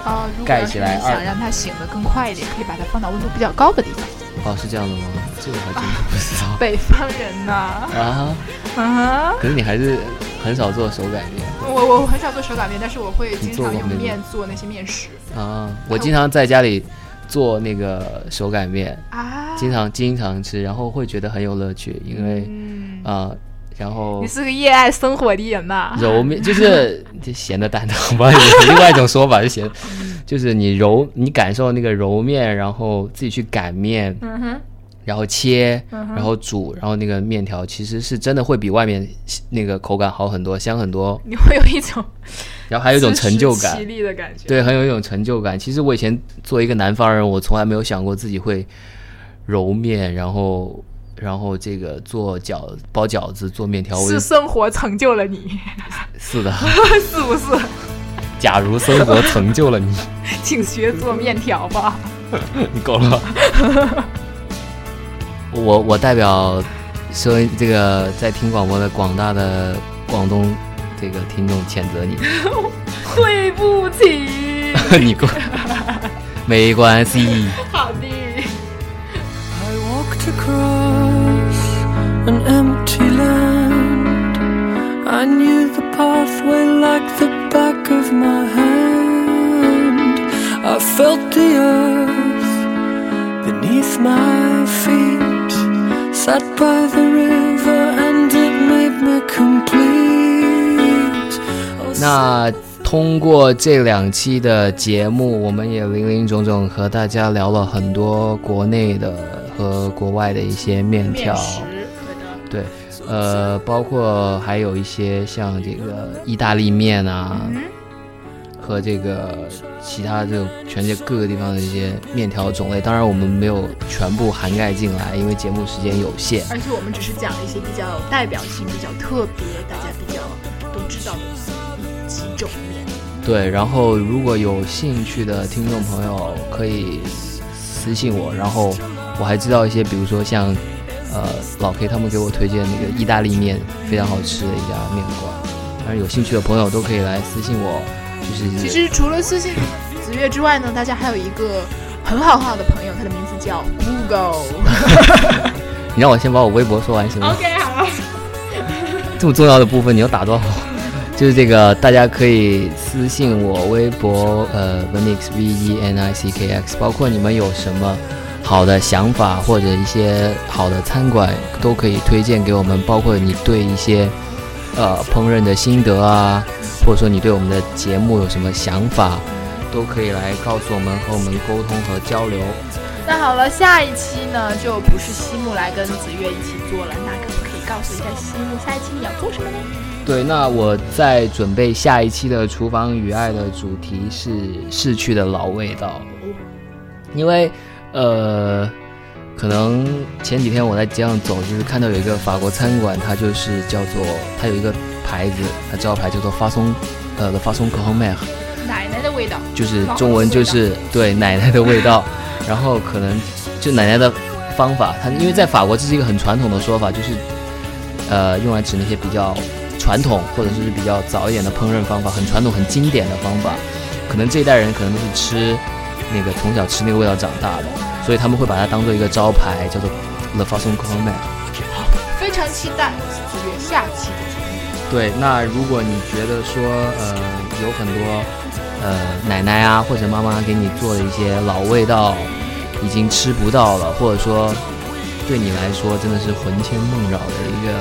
Speaker 5: 哦，如果
Speaker 2: 盖
Speaker 5: 要
Speaker 2: 起
Speaker 5: 是
Speaker 2: 来
Speaker 5: 你
Speaker 2: 二
Speaker 5: 想让它醒得更快一点，可以把它放到温度比较高的地方。
Speaker 2: 哦，是这样的吗？这个还真的不知道
Speaker 5: 北方人呐，
Speaker 2: 啊。
Speaker 5: 啊，
Speaker 2: 可是你还是很少做手擀面。
Speaker 5: 我我很少做手擀面，但是我会经
Speaker 2: 做
Speaker 5: 常
Speaker 2: 过
Speaker 5: 用
Speaker 2: 没有
Speaker 5: 面做那些面食
Speaker 2: 啊，我经常在家里做那个手擀面，
Speaker 5: 啊。
Speaker 2: 经常经常吃，然后会觉得很有乐趣，因为
Speaker 5: 嗯，
Speaker 2: 啊、然后
Speaker 5: 你是个热爱生活的人呐。
Speaker 2: 揉面就是就咸的蛋挞吧， *laughs* 有另外一种说法是咸，就是你揉你感受那个揉面，然后自己去擀面，
Speaker 5: 嗯哼，嗯
Speaker 2: 然后切，然后煮，然后那个面条其实是真的会比外面那个口感好很多，香很多，
Speaker 5: 你会有一种
Speaker 2: 然后还有一种成就感
Speaker 5: 自食其。力的感觉。
Speaker 2: 对，很有一种成就感。其实我以前作为一个南方人，我从来没有想过自己会揉面，然后然后这个做饺包饺子、做面条。我
Speaker 5: 是
Speaker 2: 就是
Speaker 5: 生活成就了你，
Speaker 2: 是的，
Speaker 5: *laughs* 是不是？
Speaker 2: 假如生活成就了你，
Speaker 5: 请学做面条吧。
Speaker 2: 你够了。我我代表说这个在听广播的广大的广东这个听众谴责你， *laughs*
Speaker 5: 对不起，
Speaker 2: 你 *laughs* 够，没关 E 系。
Speaker 5: 好
Speaker 2: *laughs*
Speaker 5: 的。
Speaker 6: I walked across an empty land. I knew the pathway like the back of my hand. I felt the earth beneath my feet. Sat by the river and it made me complete. Oh,
Speaker 2: 那通过这两期的节目，我们也零零总总和大家聊了很多国内的和国外的一些面条，
Speaker 5: 对的，
Speaker 2: 对，呃，包括还有一些像这个意大利面啊，和这个其他这个全世界各个地方的一些面条种类。当然，我们没有全部涵盖进来，因为节目时间有限。
Speaker 5: 而且我们只是讲了一些比较代表性、比较特别、大家比较都知道的几种面。
Speaker 2: 对，然后如果有兴趣的听众朋友可以私信我，然后我还知道一些，比如说像呃老 K 他们给我推荐那个意大利面，非常好吃的一家面馆，但是有兴趣的朋友都可以来私信我，就是
Speaker 5: 其实除了私信子月之外呢，大家还有一个很好很好的朋友，他的名字叫 Google。
Speaker 2: 你让我先把我微博说完行吗？
Speaker 5: OK，好啊了，
Speaker 2: *laughs* 这么重要的部分你要打断我。就是这个，大家可以私信我微博，呃，venix v e n i c k x，包括你们有什么好的想法或者一些好的餐馆，都可以推荐给我们。包括你对一些呃烹饪的心得啊，或者说你对我们的节目有什么想法，都可以来告诉我们，和我们沟通和交流。
Speaker 5: 那好了，下一期呢就不是西木来跟子月一起做了，那可不可以告诉一下西木，下一期你要做什么呢？
Speaker 2: 对，那我在准备下一期的《厨房与爱》的主题是逝去的老味道，因为呃，可能前几天我在街上走，就是看到有一个法国餐馆，它就是叫做它有一个牌子，它招牌叫做发松，呃，发松可红麦，
Speaker 5: 奶奶的味道。
Speaker 2: 就是中文就是对奶奶的味道， *laughs* 然后可能就奶奶的方法，它因为在法国这是一个很传统的说法，就是呃用来指那些比较传统或者是比较早一点的烹饪方法，很传统很经典的方法，可能这一代人可能都是吃那个从小吃那个味道长大的，所以他们会把它当做一个招牌，叫做 Le Façon c o m e
Speaker 5: 非常期待子月下期的节目。
Speaker 2: 对，那如果你觉得说，呃，有很多，呃，奶奶啊或者妈妈给你做的一些老味道，已经吃不到了，或者说对你来说真的是魂牵梦绕的一个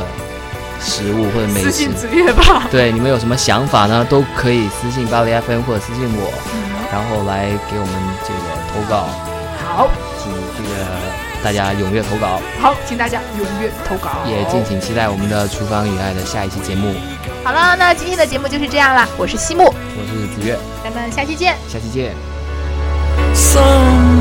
Speaker 2: 食物或者美食
Speaker 5: 私信，子月
Speaker 2: *laughs*
Speaker 5: 吧。
Speaker 2: 对，你们有什么想法呢？都可以私信巴黎 FM 或者私信我，然后来给我们这个投稿，
Speaker 5: 好，
Speaker 2: 请这个大家踊跃投稿，
Speaker 5: 好，请大家踊跃投稿。
Speaker 2: 也敬请期待我们的《厨房与爱》的下一期节目。
Speaker 5: 好了，那今天的节目就是这样啦。我是西木，
Speaker 2: 我是子月，
Speaker 5: 咱们下期见。
Speaker 2: 下期见。
Speaker 6: Some